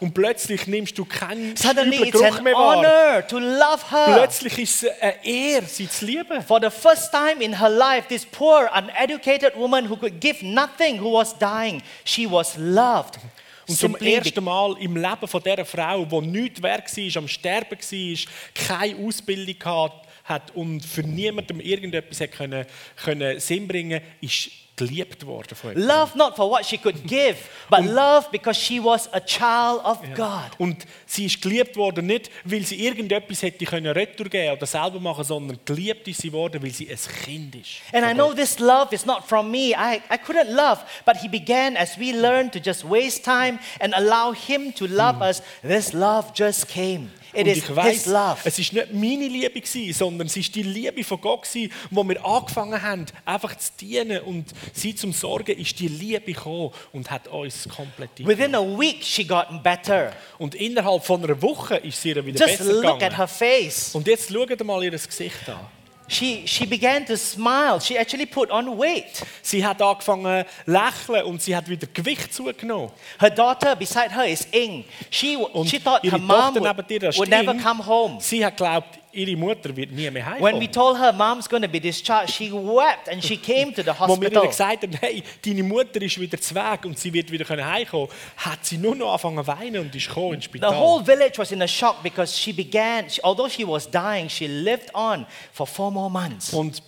C: Und plötzlich nimmst du keinen
B: Suddenly
C: üblen
B: it's
C: Geruch
B: an
C: mehr wahr.
B: honor to love her.
C: Plötzlich ist es eine Ehre, sie zu lieben.
B: For the first time in her life, this poor, uneducated woman who could give nothing, who was dying, she was loved.
C: Und Um zum
B: Simply be-
C: ersten Mal im Leben von dieser Frau, die nichts wert war, am Sterben war, keine Ausbildung gehabt hat und für niemandem irgendetwas hat können, können Sinn bringen ist geliebt worden von jemandem.
B: love not for what she could give, but love because she was a child of God.
C: Und sie ist geliebt worden, nicht weil sie irgendetwas hätte können retour geben oder selber machen, sondern geliebt ist sie worden, weil sie ein Kind ist.
B: And I know this love is not from me. I, I couldn't love, but he began as we learned to just waste time and allow him to love us. This love just came. It
C: Und
B: is
C: ich weiss,
B: his love.
C: es ist nicht meine Liebe gewesen, sondern es ist die Liebe von Gott gewesen, wo wir angefangen haben, einfach zu dienen und sie zum Sorgen, ist die Liebe gekommen und hat uns komplett
B: Within a week, she got better.
C: Und innerhalb von einer Woche ist sie ihr wieder
B: Just
C: besser
B: look at
C: gegangen.
B: her face.
C: Und jetzt schaut ihr mal ihr Gesicht an.
B: She, she began to smile. She actually put on weight.
C: Sie hat angefangen zu lächeln und sie hat wieder Gewicht zugenommen.
B: Her daughter beside her is Ing. She, w-
C: Und
B: she thought her
C: ihre
B: mom
C: Tochter
B: would,
C: neben ihr, das
B: would never
C: Sting,
B: come home.
C: Sie hat geglaubt, ihre Mutter wird nie
B: When
C: mehr
B: we
C: heimkommen.
B: told her mom's going to be discharged, she wept and she came to the
C: Wo wir ihr
B: hospital.
C: gesagt haben, hey, deine Mutter ist wieder zu Weg und sie wird wieder können heimkommen, hat sie nur noch angefangen zu weinen und ist gekommen ins
B: The
C: Spital.
B: whole village was in a shock because she began, she- although she was dying, she lived on for four more months.
C: Und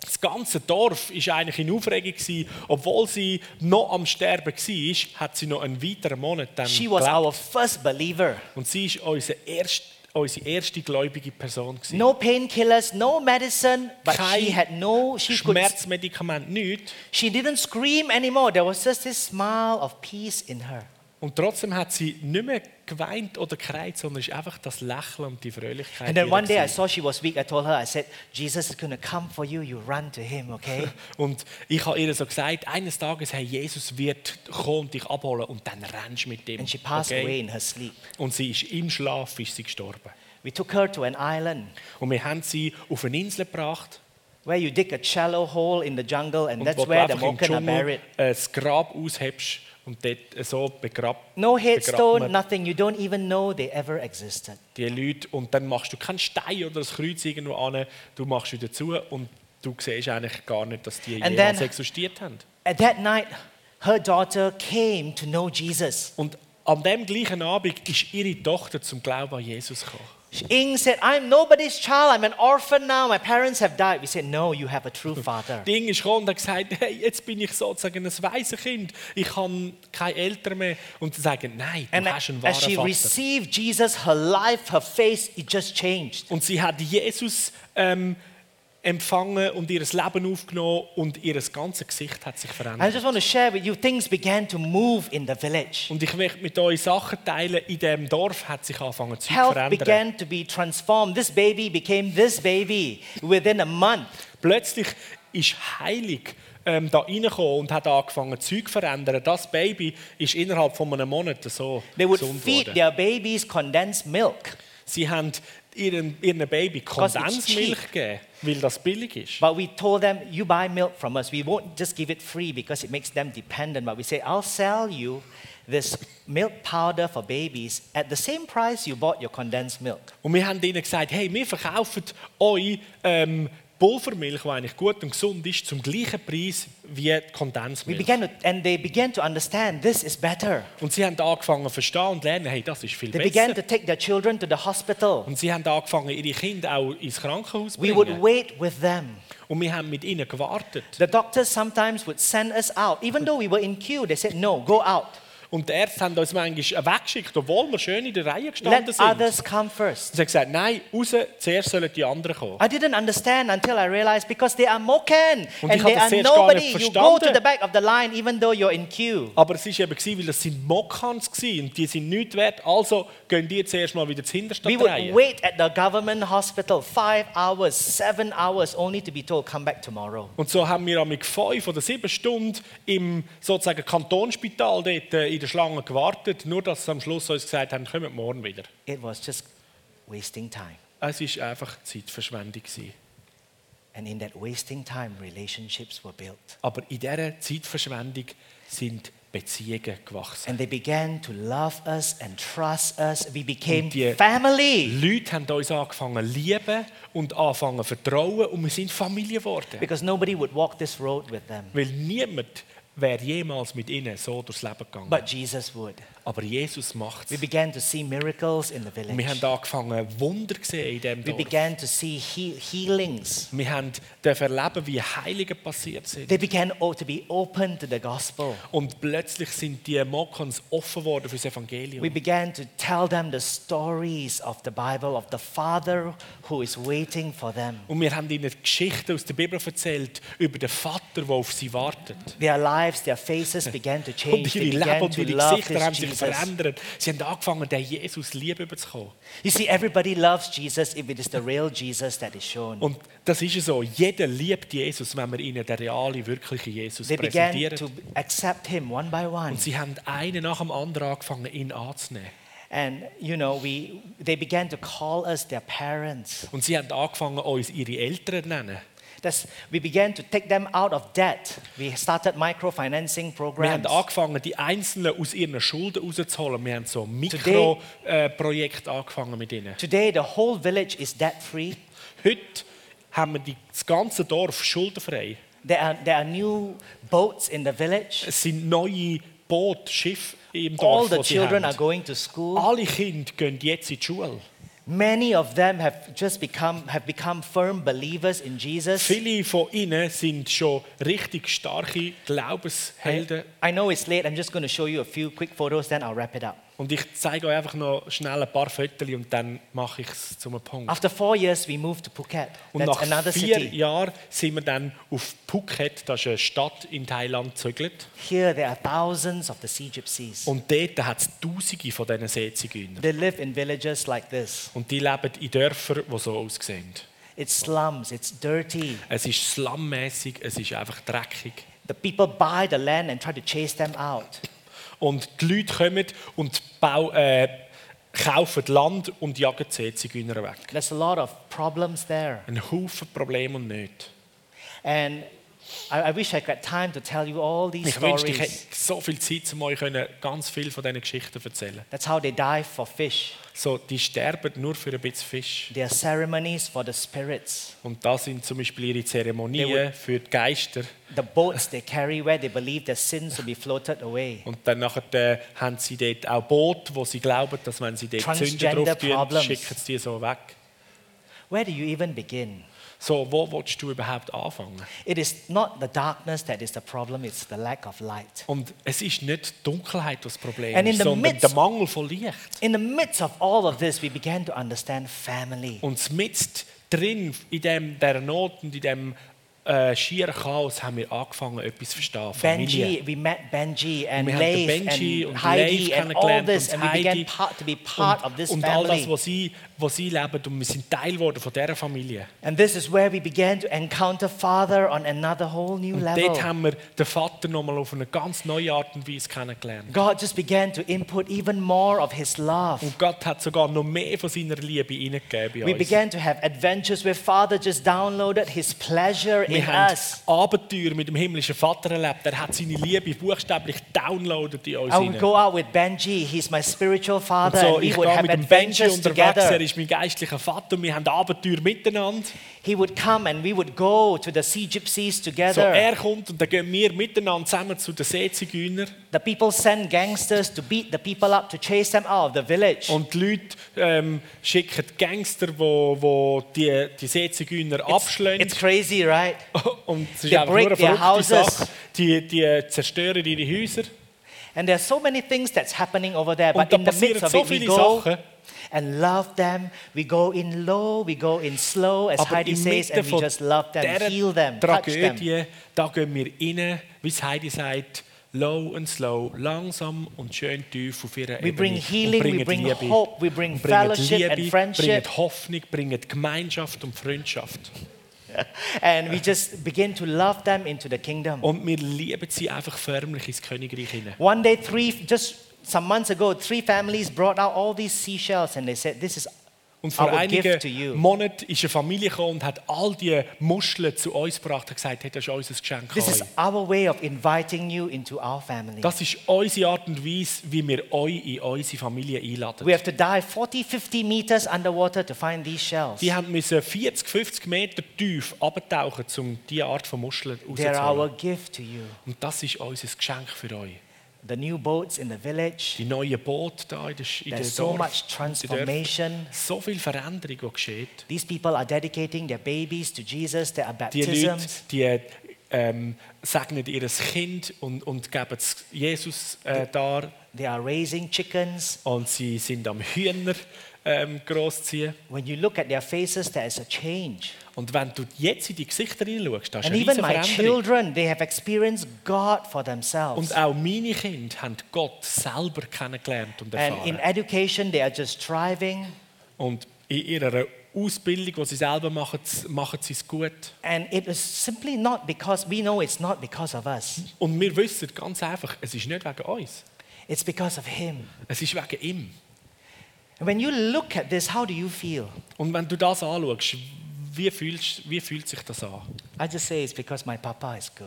C: das ganze Dorf war eigentlich in Aufregung. Gewesen. Obwohl sie noch am Sterben war, hat sie noch einen weiteren Monat dann
B: She was
C: gelebt.
B: our first believer.
C: Und sie war unsere erste, unsere erste gläubige Person. Gewesen.
B: No painkillers, no medicine, but she
C: Kein
B: had no, she could,
C: Schmerzmedikament, nichts.
B: she didn't scream anymore. There was just this smile of peace in her.
C: Und trotzdem hat sie nicht mehr geweint oder gekreit, sondern ist einfach das Lächeln und die Fröhlichkeit.
B: And then
C: ihrer
B: one day I
C: gewesen.
B: saw she was weak. I told her, I said, Jesus is going to come for you. You run to him, okay?
C: und ich habe ihr so gesagt, eines Tages, hey, Jesus wird kommen und dich abholen und dann rennst du mit dem.
B: And she passed
C: okay?
B: away in her sleep.
C: Und sie ist im Schlaf ist sie gestorben.
B: We took her to an island
C: Und wir haben sie auf eine Insel gebracht.
B: where you dig a shallow hole in the jungle, and
C: Und
B: that's
C: wo du
B: where the
C: einfach im
B: Moken are
C: Dschungel
B: buried.
C: ein Grab aushebst und dort so begrab,
B: No
C: begrabt
B: headstone,
C: man
B: nothing. You don't even know they ever existed.
C: die Leute. Und dann machst du keinen Stein oder ein Kreuz irgendwo an, du machst wieder zu und du siehst eigentlich gar nicht, dass die
B: And
C: jemals
B: then-
C: existiert haben.
B: At that night, her daughter came to know Jesus.
C: Und an dem gleichen Abend ist ihre Tochter zum Glauben an Jesus gekommen.
B: Ing said, I'm nobody's child. I'm an orphan now. My parents have died. We said, No, you have a true father.
C: Ding ist gekommen und hat gesagt, hey, jetzt bin ich sozusagen ein weißes Kind, ich habe keine Eltern mehr. Und sie sagen, nein, du
B: And
C: hast einen
B: as she
C: wahren Vater.
B: received Jesus, her life, her face, it just changed.
C: Und sie hat Jesus ähm, empfangen und ihr Leben aufgenommen und ihr ganzes Gesicht hat sich
B: I
C: verändert.
B: just want to share with you, things began to move in the village.
C: Und ich möchte mit euch Sachen teilen, in diesem Dorf hat sich angefangen zu
B: Health
C: verändern.
B: began to be transformed. This baby became this baby within a month.
C: Plötzlich ist heilig ähm, da reingekommen und hat angefangen, Zeug zu verändern. Das Baby ist innerhalb von einem Monat so
B: They would
C: gesund
B: feed
C: worden.
B: their babies condensed milk.
C: Sie haben ihrem, ihrem Baby
B: Because it's
C: Kondensmilch
B: cheap.
C: gegeben, weil das billig ist.
B: But we told them, you buy milk from us. We won't just give it free because it makes them dependent. But we say, I'll sell you this milk powder for babies at the same price you bought your condensed milk.
C: Und wir haben ihnen gesagt, hey, wir verkaufen euch ähm, Pulvermilch, die eigentlich gut und gesund ist, zum gleichen Preis wie die
B: We
C: Kondensmilch.
B: began to, and they began to understand this is better.
C: Und sie haben angefangen zu verstehen und lernen, hey, das ist viel
B: They began to
C: besser.
B: take their children to the hospital.
C: Und sie haben angefangen, ihre Kinder auch ins Krankenhaus zu
B: We would
C: bringen.
B: wait with them.
C: Und wir haben mit ihnen gewartet.
B: The doctors sometimes would send us out. Even though we were in queue, they said, no, go out.
C: Und die Ärzte haben uns manchmal weggeschickt, obwohl wir schön in der Reihe gestanden
B: Let
C: sind.
B: others come first.
C: Und sie haben gesagt, nein, raus, zuerst sollen die anderen kommen.
B: I didn't understand until I realized because they are Moken
C: Und
B: and
C: ich
B: they
C: hab das
B: are
C: zuerst gar
B: nobody.
C: nicht
B: You go to
C: verstanden.
B: the back of the line even though you're in queue.
C: Aber es war eben, gewesen, weil das sind Mokkans gewesen und die sind nichts wert. Also gehen die zuerst mal wieder zu
B: We
C: hintersten
B: would
C: Reihe.
B: wait at the government hospital five hours, seven hours, only to be told come back tomorrow.
C: Und so haben wir am fünf oder sieben Stunden im sozusagen Kantonsspital dort äh, in der Schlange gewartet, nur dass sie am Schluss uns gesagt haben, kommt morgen wieder.
B: It was just wasting time.
C: Es war einfach Zeitverschwendung. Gewesen.
B: And in that wasting time, relationships were built.
C: Aber in dieser Zeitverschwendung sind Beziehungen gewachsen.
B: And they began to love us and trust us. We became
C: die-
B: family.
C: Leute haben uns angefangen lieben und angefangen vertrauen und wir sind Familie geworden.
B: Because nobody would walk this road with them.
C: Weil niemand wäre jemals mit ihnen so durchs Leben gegangen.
B: But Jesus would.
C: Aber Jesus macht
B: We
C: es.
B: began to see miracles in the village.
C: Wir haben angefangen, Wunder zu sehen in diesem
B: We
C: Dorf.
B: began to see he- healings.
C: Wir haben dürfen erleben, wie Heilige passiert sind.
B: They began o- to be open to the gospel.
C: Und plötzlich sind die Mokans offen geworden für das
B: We
C: Evangelium.
B: began to tell them the stories of the Bible, of the Father who is waiting for them.
C: Und wir haben ihnen Geschichten aus der Bibel erzählt über den Vater, der auf sie wartet.
B: Their lives, their faces began to
C: Und
B: change.
C: ihre
B: They
C: Leben
B: began
C: und
B: to
C: ihre
B: love
C: Gesichter haben
B: this
C: sich
B: Jesus.
C: verändert. Sie haben angefangen, den Jesus lieb überzukommen.
B: You see, everybody loves Jesus if it is the real Jesus that is shown.
C: Und das ist ja so. Jeder liebt Jesus, wenn wir ihnen den realen, wirklichen Jesus
B: They began
C: präsentieren.
B: to accept him one by one.
C: Und sie haben einen nach dem anderen angefangen, ihn anzunehmen.
B: And, you know, we, they began to call us their parents.
C: Und sie haben angefangen, uns ihre Eltern zu nennen.
B: That's, we began to take them out of debt. We started microfinancing
C: Wir haben
B: programs.
C: angefangen, die Einzelnen aus ihren Schulden rauszuholen. Wir haben so Mikroprojekte angefangen mit ihnen.
B: Today, the whole village is debt free.
C: Heute haben wir die- das ganze Dorf schuldenfrei.
B: There are, there are new boats in the village.
C: Es sind neue Boote, Schiffe im
B: All
C: Dorf,
B: the
C: die sie
B: children are
C: haben.
B: going to school.
C: Alle Kinder gehen jetzt in die Schule.
B: Many of them have just become, have become firm believers in Jesus.
C: Viele von ihnen sind schon richtig starke Glaubenshelden.
B: I know it's late. I'm just going to show you a few quick photos, then I'll wrap it up.
C: Und ich zeige euch einfach noch schnell ein paar Fotos und dann mache ich es zum Punkt.
B: After four years, we moved to Phuket.
C: Und
B: That's
C: nach
B: another
C: vier
B: city.
C: Jahren sind wir dann auf Phuket, das ist eine Stadt in Thailand, gezögert.
B: Here, there are thousands of the sea gypsies.
C: Und dort hat es Tausende von diesen Seezigeuner.
B: They live in villages like this.
C: Und die leben in Dörfern, die so aussehen.
B: It's slums, it's dirty.
C: Es ist slammäßig, es ist einfach dreckig.
B: The people buy the land and try to chase them out.
C: Und die Leute kommen und bau, äh, kaufen Land und jagen die Seezigeuner weg.
B: There's a lot of problems there.
C: Ein Haufen Probleme und nicht.
B: And I, I wish I had time to tell you all these
C: Ich wünschte, ich hätte
B: stories.
C: so viel Zeit, um euch können ganz viel von diesen Geschichten zu erzählen.
B: That's how they dive for fish.
C: So, die sterben nur für ein bisschen Fisch.
B: There are ceremonies for the spirits.
C: Und das sind zum Beispiel ihre
B: They
C: Zeremonien für die Geister.
B: The boats they carry where they believe their sins will be floated away.
C: Und dann nachher, äh, haben sie dort auch Boote, wo sie glauben, dass wenn sie dort Zünder
B: Transgender
C: drauf tun,
B: problems.
C: schicken sie die so weg.
B: Where do you even begin?
C: So, wo willst du überhaupt anfangen?
B: It is not the darkness that is the problem, it's the lack of light.
C: Und es ist nicht die Dunkelheit das Problem,
B: And in the
C: sondern
B: midst-
C: der Mangel von Licht.
B: In the midst of all of this, we began to understand family.
C: Und mitten drin, in dem, der Not und in dem äh, schieren Chaos, haben wir angefangen, etwas zu verstehen. Familie.
B: Benji, we met Benji and
C: Wir haben
B: Leif
C: den Benji
B: and
C: und
B: Heidi
C: Leif
B: and all this, and
C: kennengelernt und
B: we began
C: Heidi.
B: part, to be part of this
C: und all das,
B: family.
C: was sie, was sie leben. Und wir sind Teil geworden von dieser Familie.
B: And this is where we began to encounter Father on another whole new
C: Dort
B: level.
C: haben wir den Vater nochmal auf eine ganz neue Art und Weise kennengelernt.
B: God just began to input even more of His love.
C: Und Gott hat sogar noch mehr von seiner Liebe hineingegeben
B: We
C: in uns.
B: began to have adventures where Father just downloaded His pleasure in
C: Wir haben
B: us.
C: Abenteuer mit dem himmlischen Vater erlebt. Er hat seine Liebe buchstäblich downloaded in uns.
B: I
C: hinein.
B: would go out with Benji, he's my spiritual
C: Und
B: father, and
C: so,
B: we
C: ich
B: would
C: war
B: have
C: mit dem Benji
B: adventures
C: unterwegs, er
B: together.
C: ist mein geistlicher Vater und wir haben Abenteuer miteinander.
B: He would come and we would go to the sea gypsies
C: So,
B: together.
C: er kommt und dann gehen wir miteinander zusammen zu den Seezigeuner.
B: The people send gangsters to beat the people up to chase them out of the village.
C: Und die Leute ähm, schicken die Gangster, die wo, wo die, die Seezigeuner abschlagen.
B: It's crazy, right?
C: und es ist
B: They
C: einfach nur eine
B: break their
C: verrückte
B: houses.
C: Sache. Die, die zerstören ihre Häuser.
B: And there's so many things that's happening over there.
C: Und
B: But
C: da
B: in Oh, the midst
C: passieren
B: of
C: so
B: it, we
C: viele
B: go
C: Sachen.
B: and love them. We go in low, we go in slow, as
C: Aber
B: Heidi says,
C: inmitten
B: and we
C: von
B: just love them, heal them,
C: dieser
B: touch them.
C: Tragödie, da gehen wir rein, wie es Heidi sagt, low and slow, langsam und schön tief auf ihre
B: We
C: Ebene.
B: bring
C: und
B: healing, we
C: bringen
B: bring
C: Liebe.
B: hope, we bring
C: Und bringen
B: fellowship
C: Liebe,
B: and friendship.
C: Bringen Hoffnung, bringen Gemeinschaft und Freundschaft.
B: And we just begin to love them into the kingdom.
C: Und wir lieben sie einfach förmlich ins Königreich hinein.
B: One day, three, just some months ago, three families brought out all these seashells and they said, This is
C: Und vor
B: our gift to
C: einigen
B: you.
C: Monaten ist eine Familie gekommen und hat all die Muscheln zu uns gebracht und gesagt, hey, das ist unser Geschenk
B: This
C: an
B: is
C: euch.
B: our way of inviting you into our family.
C: Das ist unsere Art und Weise, wie wir euch in unsere Familie einladen.
B: We have to dive 40, 50 meters underwater to find these shells.
C: Die haben müssen 40, 50 Meter tief abtauchen, um diese Art von Muscheln
B: They're our
C: rauszuholen.
B: gift to you.
C: Und das ist unser Geschenk für euch.
B: The new boats in the village,
C: Die neuen Boote hier in der Sch- in der
B: there's so
C: Dorf.
B: much
C: in den Dörfern.
B: transformation.
C: So viel Veränderung, die geschieht.
B: These people are dedicating their babies to Jesus, there are
C: Die Leute
B: baptisms.
C: die, ähm, segnen ihr Kind und, und geben es Jesus äh, dar.
B: They are raising chickens.
C: Und sie sind am Hühner ähm, großziehen.
B: When you look at their faces, there is a change.
C: Und wenn du jetzt in die Gesichter hineinschaust, hast du
B: And
C: eine
B: even
C: riesen
B: my
C: Veränderung.
B: children, they have experienced God for themselves.
C: Und auch meine Kinder haben Gott selber kennengelernt und erfahren.
B: And in education, they are just thriving.
C: Und in ihrer Ausbildung, die sie selber machen, z- machen sie es gut.
B: And it is simply not because we know it's not because of us,
C: Und wir wissen ganz einfach, es ist nicht wegen uns,
B: it's because of Him.
C: es ist wegen ihm.
B: And When you look at this, how do you feel?
C: Und wenn du das anschaust, wie, fühlst, wie fühlt sich das an?
B: I just say it's because my papa is good.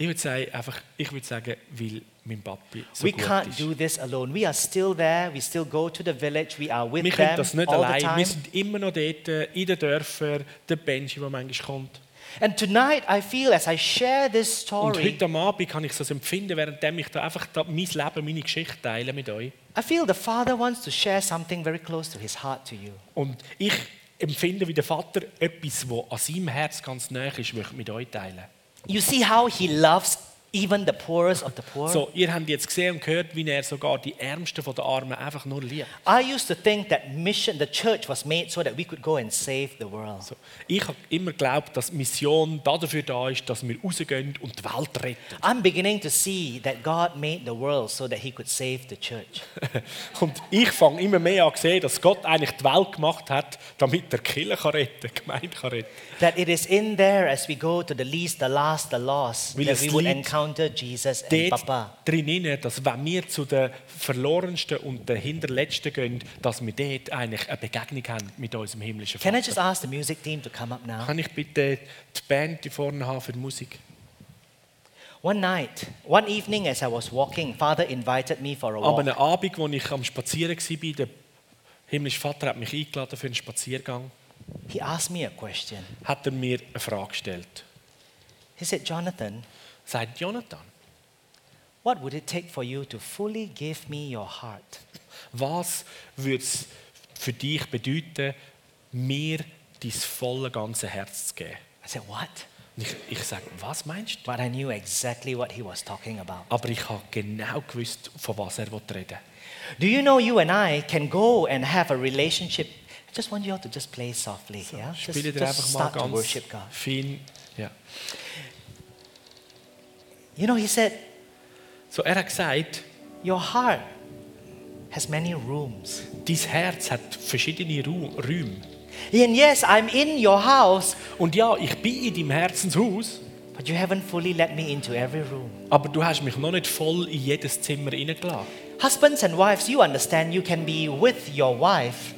C: Ich würde sagen, einfach, ich würde sagen, weil mein Papi so
B: we
C: gut
B: can't
C: ist.
B: do this alone. We are still there. We still go to the village. We are with
C: Wir können
B: them
C: das nicht
B: all the
C: allein.
B: time.
C: Wir sind immer noch dort äh, in den Dörfern, der Benji, der manchmal kommt.
B: And tonight, I feel as I share this
C: Und
B: story,
C: heute am Abend kann ich das empfinden, währenddem ich da einfach da mein Leben, meine Geschichte teile mit euch.
B: I feel the Father wants to share something very close to his heart to you.
C: Und ich empfinde wie der Vater etwas, das an seinem Herz ganz nah ist, möchte ich mit euch teilen.
B: You see how he loves even the poorest of the poor?
C: So, ihr habt jetzt gesehen und gehört, wie er sogar die Ärmsten von der Armen einfach nur liebt.
B: I used to think that mission, the church was made so that we could go and save the world.
C: So, ich habe immer geglaubt, dass die Mission da dafür da ist, dass wir rausgehen und die Welt retten.
B: I'm beginning to see that God made the world so that he could save the church.
C: Und ich fange immer mehr an zu sehen, dass Gott eigentlich die Welt gemacht hat, damit er die Kirche kann retten kann, die Gemeinde kann retten
B: that it is in there as we go to the least, the last, the lost,
C: Will
B: that
C: es
B: we would
C: liegt
B: encounter Jesus and Papa.
C: Dort drinnen, dass wenn wir zu den Verlorensten und den Hinterletzten gehen, dass wir dort eigentlich eine Begegnung haben mit unserem himmlischen
B: Can I
C: Vater.
B: just ask the music team to come up now?
C: Kann ich bitte die Band hier vorne haben für die Musik?
B: One night, one evening as I was walking, Father invited me for a
C: An
B: walk.
C: einem Abend, als ich am Spazieren war, der himmlische Vater hat mich eingeladen für einen Spaziergang,
B: He asked me a question.
C: hat er mir eine Frage gestellt.
B: He said, Jonathan,
C: Er sagt, Jonathan,
B: what would it take for you to fully give me your heart?
C: was würde es für dich bedeuten, mir dein volle ganze Herz zu geben?
B: I said, What?
C: Und ich, ich sage, was meinst du?
B: But I knew exactly what he was talking about.
C: Aber ich habe genau gewusst, von was er reden will.
B: Do you know you and I can go and have a relationship? I just want you all to just play softly. yeah? Just,
C: Spiele dir
B: just
C: einfach mal
B: start to
C: ganz
B: worship God.
C: fein. Ja.
B: You know, he said,
C: So, er hat gesagt,
B: Your heart has many rooms.
C: dein Herz hat verschiedene Ru- Räume.
B: And yes, I'm in your house,
C: Und ja, ich bin in deinem Herzenshaus,
B: but you haven't fully let me into every room.
C: aber du hast mich noch nicht voll in jedes Zimmer reingelassen.
B: Husbands and wives, you understand you can be with your wife,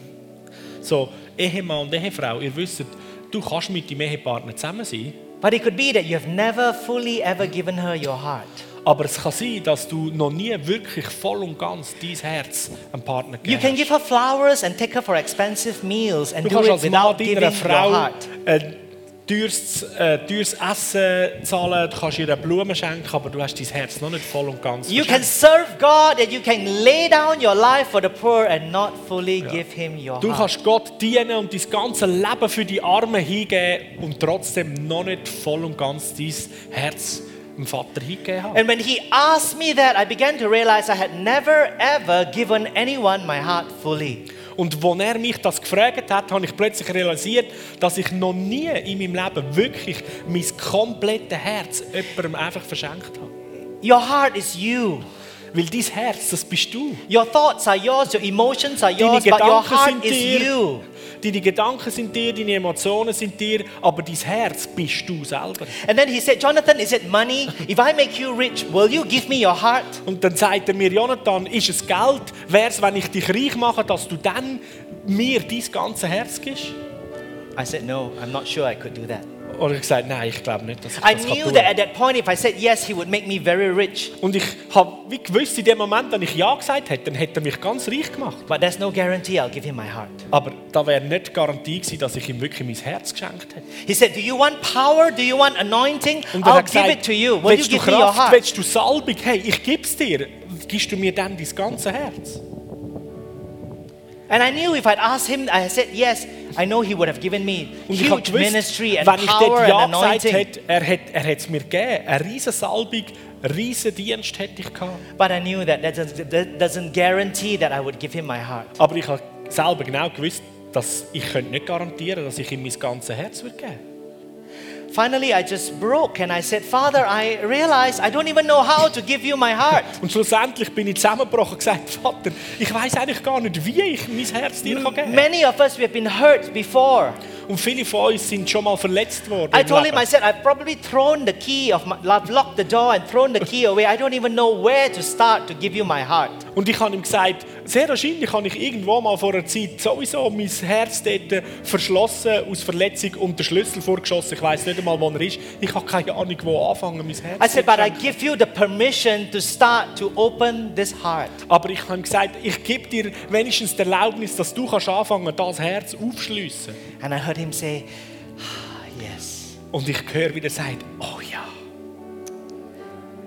C: So, Ehemann und Ehefrau, ihr wisst, du kannst mit deinem Ehepartner zusammen sein,
B: but it could be that you have never fully ever given her your heart.
C: aber es kann sein, dass du noch nie wirklich voll und ganz dein Herz einem Partner
B: You can
C: gegeben hast.
B: give her flowers and take her for expensive meals and
C: Du
B: do
C: kannst
B: it
C: als Mann
B: without giving
C: deiner
B: your
C: Frau
B: heart.
C: ein teures, äh, teures Essen zahlen, du kannst ihr Blumen schenken, aber du hast dein Herz noch nicht voll und ganz
B: You can
C: verschenkt.
B: serve God and you can lay down your life for the poor and not fully give Him your
C: Du
B: heart.
C: kannst Gott dienen und dein ganze Leben für die Armen hingeben und trotzdem noch nicht voll und ganz dein Herz dem Vater hingegeben haben.
B: And when he asked me that, I began to realize I had never ever given anyone my heart fully.
C: Und als er mich das gefragt hat, habe ich plötzlich realisiert, dass ich noch nie in meinem Leben wirklich mein komplettes Herz jemandem einfach verschenkt habe.
B: Your heart is you.
C: Weil dein Herz, das bist du.
B: Your thoughts are yours, your emotions are
C: Deine
B: yours, but your
C: Gedanken
B: heart
C: sind
B: is
C: dir.
B: you.
C: Deine Gedanken sind dir, deine Emotionen sind dir, aber dein Herz bist du selber.
B: And then he said, Jonathan, is it money? If I make you rich, will you give me your heart?
C: Und dann sagt er mir, Jonathan, ist es Geld? Wär's, wenn ich dich reich mache, dass du dann mir dein ganze Herz gibst?
B: I said, no, I'm not sure I could do that.
C: Und ich gesagt, nein, ich glaube nicht, dass ich
B: I
C: das
B: knew
C: kann
B: that
C: tun.
B: at that point, if I said yes, he would make me very rich.
C: Und ich habe wie gewusst, in dem Moment, wenn ich ja gesagt hätte, dann hätte er mich ganz reich gemacht.
B: But there's no guarantee I'll give him my heart.
C: Aber da wäre nicht die Garantie gewesen, dass ich ihm wirklich mein Herz geschenkt hätte.
B: He said, Do you want power? Do you want anointing?
C: Und er
B: I'll
C: hat
B: give
C: gesagt,
B: it to you. Will you
C: willst du
B: give me your
C: Kraft,
B: heart?
C: willst du Salbung? Hey, ich gib's dir. Gibst du mir dann dein ganze Herz?
B: And I knew if I'd asked him, I said yes, I know he would have given me
C: Und ich habe
B: huge
C: gewusst,
B: ministry and
C: wenn ich
B: power
C: dort ja
B: and
C: gesagt
B: anointing.
C: hätte, er hätte er hat's mir gegeben. Eine riesen Salbung, einen riesen Dienst hätte ich gehabt.
B: But I knew that that doesn't, that doesn't guarantee that I would give him my heart.
C: Aber ich habe selber genau gewusst, dass ich könnte nicht garantieren dass ich ihm mein ganzes Herz würde geben
B: Finally, I just broke and I said, Father, I realize I don't even know how to give you my heart.
C: Und schlussendlich bin ich zusammengebrochen und gesagt, Vater, ich weiß eigentlich gar nicht, wie ich mein Herz dir kann geben kann.
B: Many of us, we have been hurt before.
C: Und viele von uns sind schon mal verletzt worden.
B: I
C: im
B: told
C: Leben.
B: him, I said, I've probably thrown the key of my, I've locked the door and thrown the key away. I don't even know where to start to give you my heart.
C: Und ich habe ihm gesagt, Sehr wahrscheinlich habe ich irgendwo mal vor einer Zeit sowieso mein Herz dort verschlossen, aus Verletzung und den Schlüssel vorgeschossen. Ich weiß nicht einmal, wo er ist. Ich habe keine Ahnung, wo anfangen, mein Herz
B: I said,
C: zu
B: but I
C: schenken.
B: give you the permission to start to open this heart.
C: Aber ich habe ihm gesagt, ich gebe dir wenigstens die Erlaubnis, dass du kannst anfangen das Herz aufschliessen.
B: And I heard him say, "Ah, Yes,
C: Und ich höre, wie er sagt, oh ja,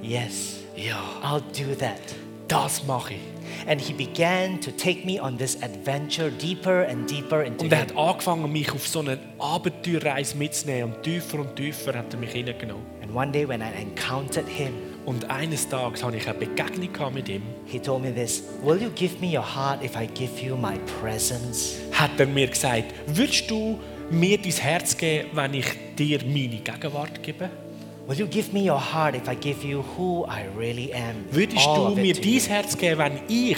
B: yes,
C: ja,
B: I'll do that.
C: das mache ich.
B: And he began to take me on this adventure deeper and deeper into
C: Und er
B: him.
C: hat angefangen, mich auf so eine Abenteuerreise mitzunehmen. Und tiefer und tiefer hat er mich hineingenommen.
B: And one day when I encountered him,
C: Und eines Tages hatte ich eine Begegnung gehabt mit ihm.
B: he told me this Will you give me your heart if I give you my presence?
C: Hat er mir gesagt, würdest du mir dein Herz geben, wenn ich dir meine Gegenwart gebe?
B: Will you give me your heart if I give you who I really am?
C: Würdest
B: All
C: du
B: of it
C: mir
B: to
C: dein
B: you?"
C: Herz geben, wenn ich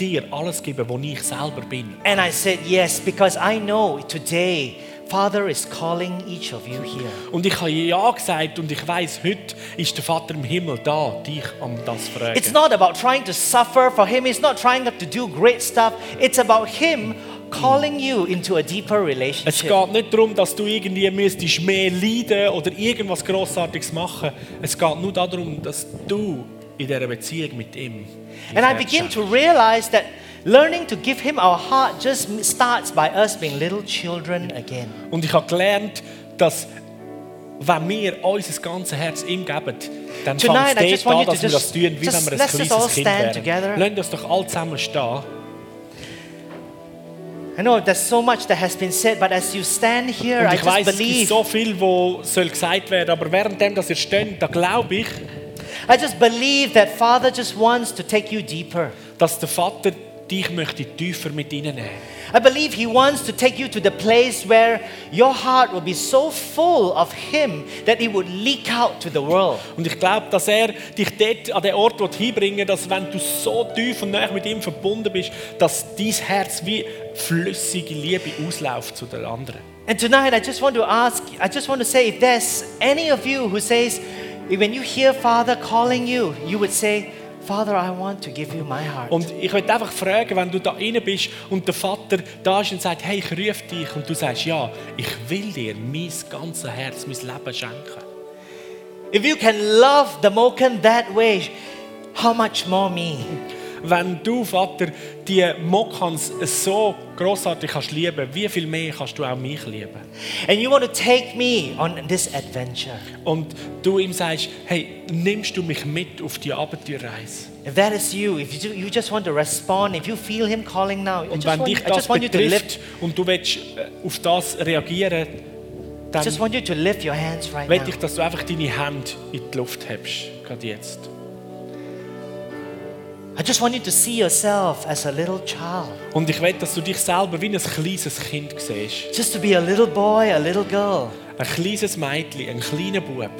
C: dir alles gebe, wo ich selber bin?
B: And I said yes because I know today Father is calling each of you here.
C: Und ich habe ja gesagt und ich weiß, heute ist der Vater im Himmel da, dich um das zu fragen.
B: It's not about trying to suffer for him. It's not trying to do great stuff. It's about him calling you into a deeper
C: es
B: relationship.
C: geht nicht darum, dass du irgendwie müsstest mehr leiden oder irgendwas Grossartiges machen. Es geht nur darum, dass du in dieser Beziehung mit ihm. dein
B: And I
C: Herz
B: begin
C: schenkst.
B: to realize that learning to give him our heart just m- starts by us being little children again.
C: Und ich habe gelernt, dass wenn wir unser ganzes Herz ihm geben, dann
B: Tonight,
C: fängt
B: I
C: es
B: just
C: dort
B: want
C: an,
B: you
C: dass
B: to
C: wir das
B: just-
C: tun, wie wenn wir
B: just
C: ein
B: let's just all
C: kleines Kind
B: stand together.
C: wären. Lasst uns doch alle zusammen stehen.
B: I know there's so much that has been said, but as you stand here,
C: Und
B: I
C: ich weiß,
B: just
C: es gibt
B: believe.
C: so viel, wo soll gesagt werden, aber währenddem, dass ihr steht, da glaube ich,
B: I just believe that Father just wants to take you deeper.
C: dass der Vater dich möchte tiefer mit hineinnehmen.
B: I believe He wants to take you to the place where your heart will be so full of Him that it would leak out to the world.
C: Und ich glaube, dass er dich dort an den Ort will hinbringen will, dass wenn du so tief und nah mit ihm verbunden bist, dass dein Herz wie flüssige Liebe ausläuft zu den anderen.
B: And tonight, I just want to ask, I just want to say, if there's any of you who says, when you hear Father calling you, you would say, Father, I want to give you my heart.
C: Und ich möchte einfach fragen, wenn du da rein bist und der Vater da ist und sagt, hey, ich rufe dich und du sagst, ja, ich will dir mein ganzes Herz, mein Leben schenken.
B: If you can love the Mokan that way, how much more me?
C: Wenn du, Vater, die Mokans so grossartig kannst lieben, wie viel mehr kannst du auch mich lieben?
B: And you want to take me on this adventure.
C: Und du ihm sagst, hey, nimmst du mich mit auf die Abenteuerreise?
B: If that is you, if you, you just want to respond, if you feel Him calling now, I
C: Und
B: just,
C: wenn
B: want,
C: dich
B: I
C: das
B: just want you to lift,
C: betrifft und du willst äh, auf das reagieren,
B: I
C: dann
B: just want you to lift your hands right
C: möchte
B: now.
C: ich, dass du einfach deine Hände in die Luft hebst, gerade jetzt.
B: I just want you to see yourself as a little child,
C: Und ich will, dass du dich selber wie ein kleines Kind siehst.
B: just to be a little boy, a little girl.
C: Ein kleines Mädchen, ein kleiner Bub.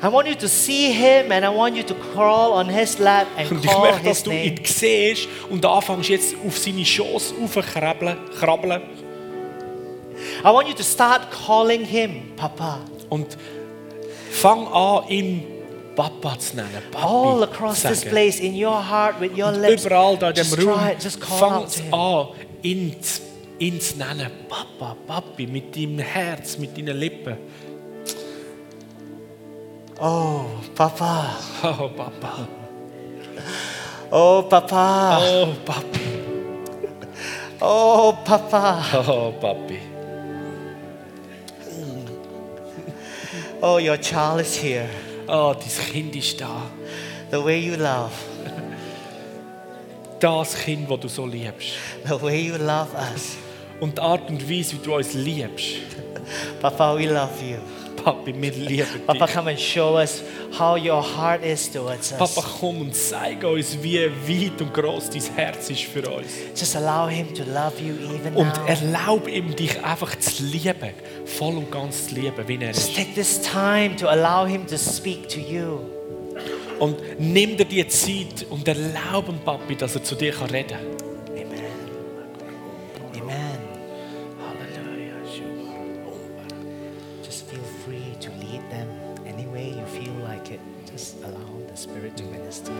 B: I want you to see Him, and I want you to crawl on His lap and
C: Und ich
B: call
C: möchte, dass
B: His
C: du ihn
B: name.
C: siehst und anfängst jetzt auf seine Schoss raufkrabbeln krabbeln
B: I want you to start calling Him Papa.
C: und fang an, ihn Papa zu nennen. Papi
B: All across
C: zu
B: this
C: sagen.
B: place, in your heart, with your lips.
C: Überall da in
B: just
C: diesem Raum,
B: try it, just call
C: fang
B: out to Him.
C: an, ihn zu, ihn zu nennen. Papa, Papi, mit deinem Herz, mit deinen Lippen.
B: Oh, Papa.
C: Oh, Papa.
B: Oh, Papa.
C: Oh, Papi.
B: Oh, Papa.
C: Oh, Papi.
B: Oh, your child is here.
C: Oh, dein Kind ist da.
B: The way you love,
C: Das Kind, das du so liebst.
B: the way you love us.
C: Und die Art und Weise, wie du uns liebst.
B: Papa, we love you.
C: Papi, wir lieben
B: Papa,
C: dich.
B: come and show us how your heart is towards us.
C: Papa, komm und zeig uns, wie weit und groß dein Herz ist für uns.
B: Just allow him to love you even
C: Und er
B: now.
C: erlaub ihm, dich einfach zu lieben. Voll und ganz zu lieben, wie er
B: Just
C: ist.
B: take this time to allow him to speak to you.
C: Und nimm dir die Zeit und erlaub dem Papi, dass er zu dir kann reden kann.
B: Amen. Amen.
C: Halleluja.
B: Just feel free to lead them any way you feel like it. Just allow the Spirit to minister.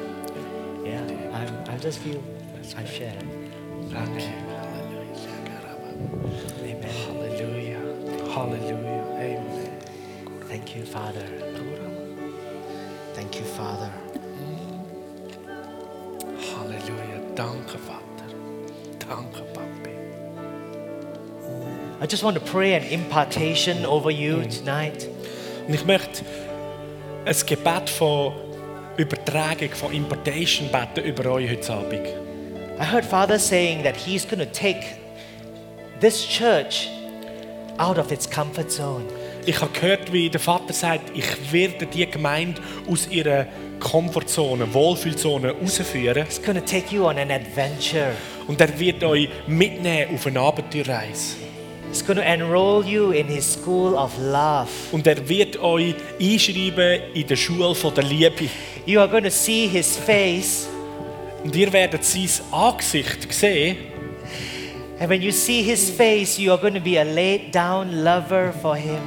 B: Yeah, I'm, I just feel I share.
D: Thank you. Hallelujah.
B: Amen.
D: Hallelujah. Hallelujah. Amen.
B: Thank you, Father.
D: Thank you, Father. Hallelujah. Danke, Vater. Danke, Papi.
B: I just want to pray an impartation over you tonight.
C: Und ich möchte ein Gebet von Übertragung, von Importation beten über euch heute Abend.
B: I heard Father saying that He's going to take this church out of its comfort zone.
C: Ich habe gehört, wie der Vater sagt, ich werde die Gemeinde aus ihrer Komfortzone, Wohlfühlzone herausführen.
B: He's going to take you on an adventure.
C: Und er wird euch mitnehmen auf eine Abenteuerreise.
B: He's going to enroll you in His school of love.
C: Und er wird euch einschreiben in der Schule von der Liebe.
B: You are going to see His face.
C: Und ihr werdet sein Angesicht sehen.
B: And when you see His face, you are going to be a laid down lover for Him.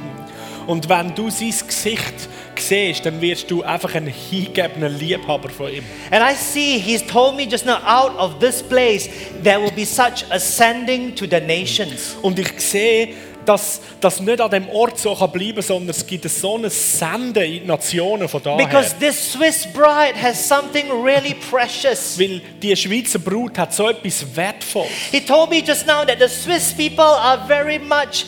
C: Und wenn du sein Gesicht siehst, dann wirst du einfach ein hingegebener Liebhaber von ihm.
B: And I see he's told me just now out of this place there will be such ascending to the nations.
C: Und ich sehe, dass das nicht an dem Ort so kann bleiben kann, sondern es gibt so ein Senden in die Nationen von daher.
B: Because this Swiss bride has something really precious.
C: Weil die Schweizer Brut hat so etwas Wertvolles.
B: He told me just now that the Swiss people are very much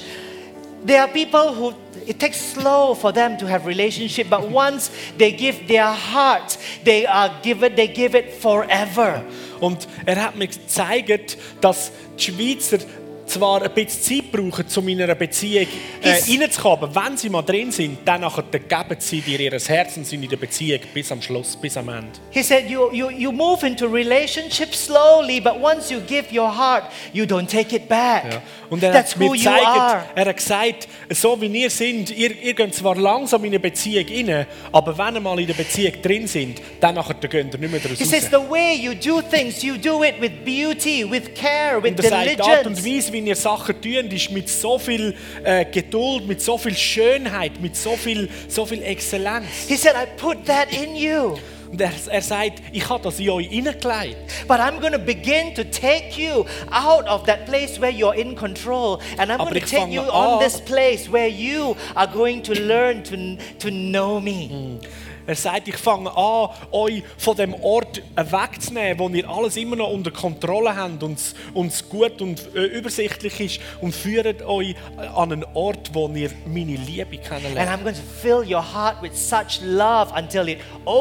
B: they are people who it takes slow for them to have relationship but once they give their heart they are given they give it forever.
C: Und er hat mir gezeigt, dass die Schweizer zwar ein bisschen Zeit brauchen, um in einer Beziehung äh,
B: Ist-
C: reinzukommen, aber wenn sie mal drin sind, dann nachher dann geben sie dir ihr Herz und sind in der Beziehung bis am Schluss, bis am Ende.
B: He said you you you move into relationship slowly but once you give your heart you don't take it back.
C: Ja. Und er
B: That's
C: hat mir
B: who you are.
C: gezeigt, er hat gesagt, so wie ihr sind, ihr, ihr geht zwar langsam in eine Beziehung rein, aber wenn ihr mal in der Beziehung drin sind, dann nachher dann geht ihr nicht mehr daraus
B: He says
C: raus.
B: the way you do things, you do it with beauty, with care, with
C: Und er sagt, die Art und
B: diligence.
C: Weise, wie ihr Sachen tun, ist mit so viel äh, Geduld, mit so viel Schönheit, mit so viel, so viel Exzellenz.
B: He said, I put that in you,
C: Und er, er sagt, ich habe das in euch hineingelegt.
B: but I'm going to begin to take you out of that place where you're in control, and I'm
C: Aber
B: going to
C: ich
B: take
C: fange
B: you on
C: an-
B: this place where you are going to learn to, to know me.
C: Er sagt, ich fange an, euch von dem Ort wegzunehmen, wo ihr alles immer noch unter Kontrolle habt und es- und es gut und äh, übersichtlich ist und führt euch an einen Ort, wo ihr meine Liebe
B: And
C: kennenlernt.
B: I'm going to fill your heart with such love until it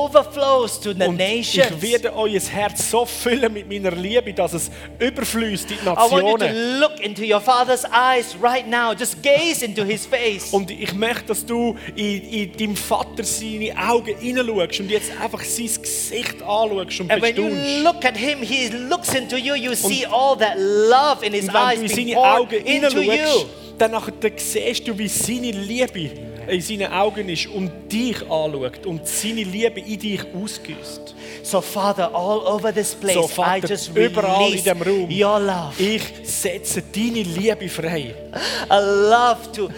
B: overflows to the
C: Und ich
B: nations.
C: werde euer Herz so füllen mit meiner Liebe, dass es überfließt in die
B: I want you to
C: Nationen.
B: look into your father's eyes right now. Just gaze into his face.
C: Und ich möchte, dass du in, in deinem Vater seine Augen hineinschaust und jetzt einfach sein Gesicht anschaust und
B: And when you
C: bestaunst.
B: look at him, he looks into you. You see all that love in his
C: Und wenn
B: eyes
C: du in
B: being
C: seine
B: poured
C: Augen
B: into you.
C: hineinschaust, dann, nachher- dann siehst du, wie seine Liebe in seinen Augen ist und dich anschaut und seine Liebe in dich ausgießt.
B: So, Father, all over this place,
C: So,
B: I
C: Vater,
B: just
C: überall in
B: release
C: diesem Raum,
B: your love,
C: ich setze deine Liebe frei.
B: a love to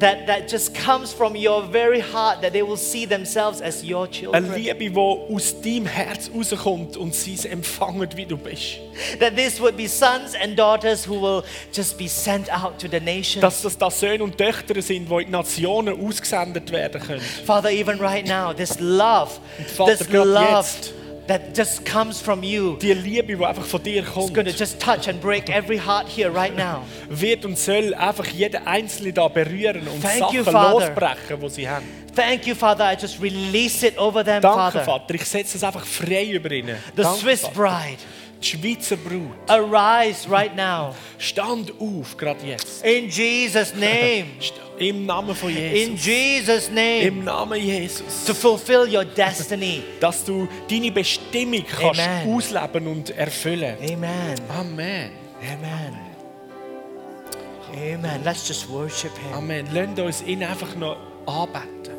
B: that that just comes from your very heart, that they will see themselves as your
C: Eine
B: children.
C: Liebe, die aus deinem Herz rauskommt und sie es empfangen, wie du bist.
B: That this would be sons and daughters who will just be sent out to the nations.
C: Dass das da Söhne und Töchter sind, die in die Nationen ausgesendet werden können.
B: Father, even right now, this love,
C: Vater,
B: this
C: gerade
B: love
C: jetzt.
B: that just comes from you.
C: Die Liebe, die einfach von dir
B: It's going to
C: kommt,
B: just touch and break every heart here right now.
C: wird und soll einfach jeden Einzelnen da berühren und
B: Thank
C: Sachen
B: you, Father.
C: losbrechen, die sie haben.
B: Thank you, Father. I just release it over them,
C: Danke,
B: Father.
C: Vater. Ich setze es einfach frei über ihnen.
B: The
C: Danke,
B: Swiss
C: Vater.
B: bride,
C: Die Schweizer Brut.
B: arise right now.
C: Stand auf, gerade jetzt.
B: In Jesus' name.
C: St- Im Namen von
B: In
C: Jesus.
B: Jesus' name.
C: Im Namen Jesus.
B: To fulfill your destiny.
C: Dass du deine Bestimmung kannst
B: Amen.
C: ausleben und erfüllen.
B: Amen.
C: Amen.
B: Amen. Amen. Let's just worship Him.
C: Amen. Lasst uns ihn einfach noch anbeten.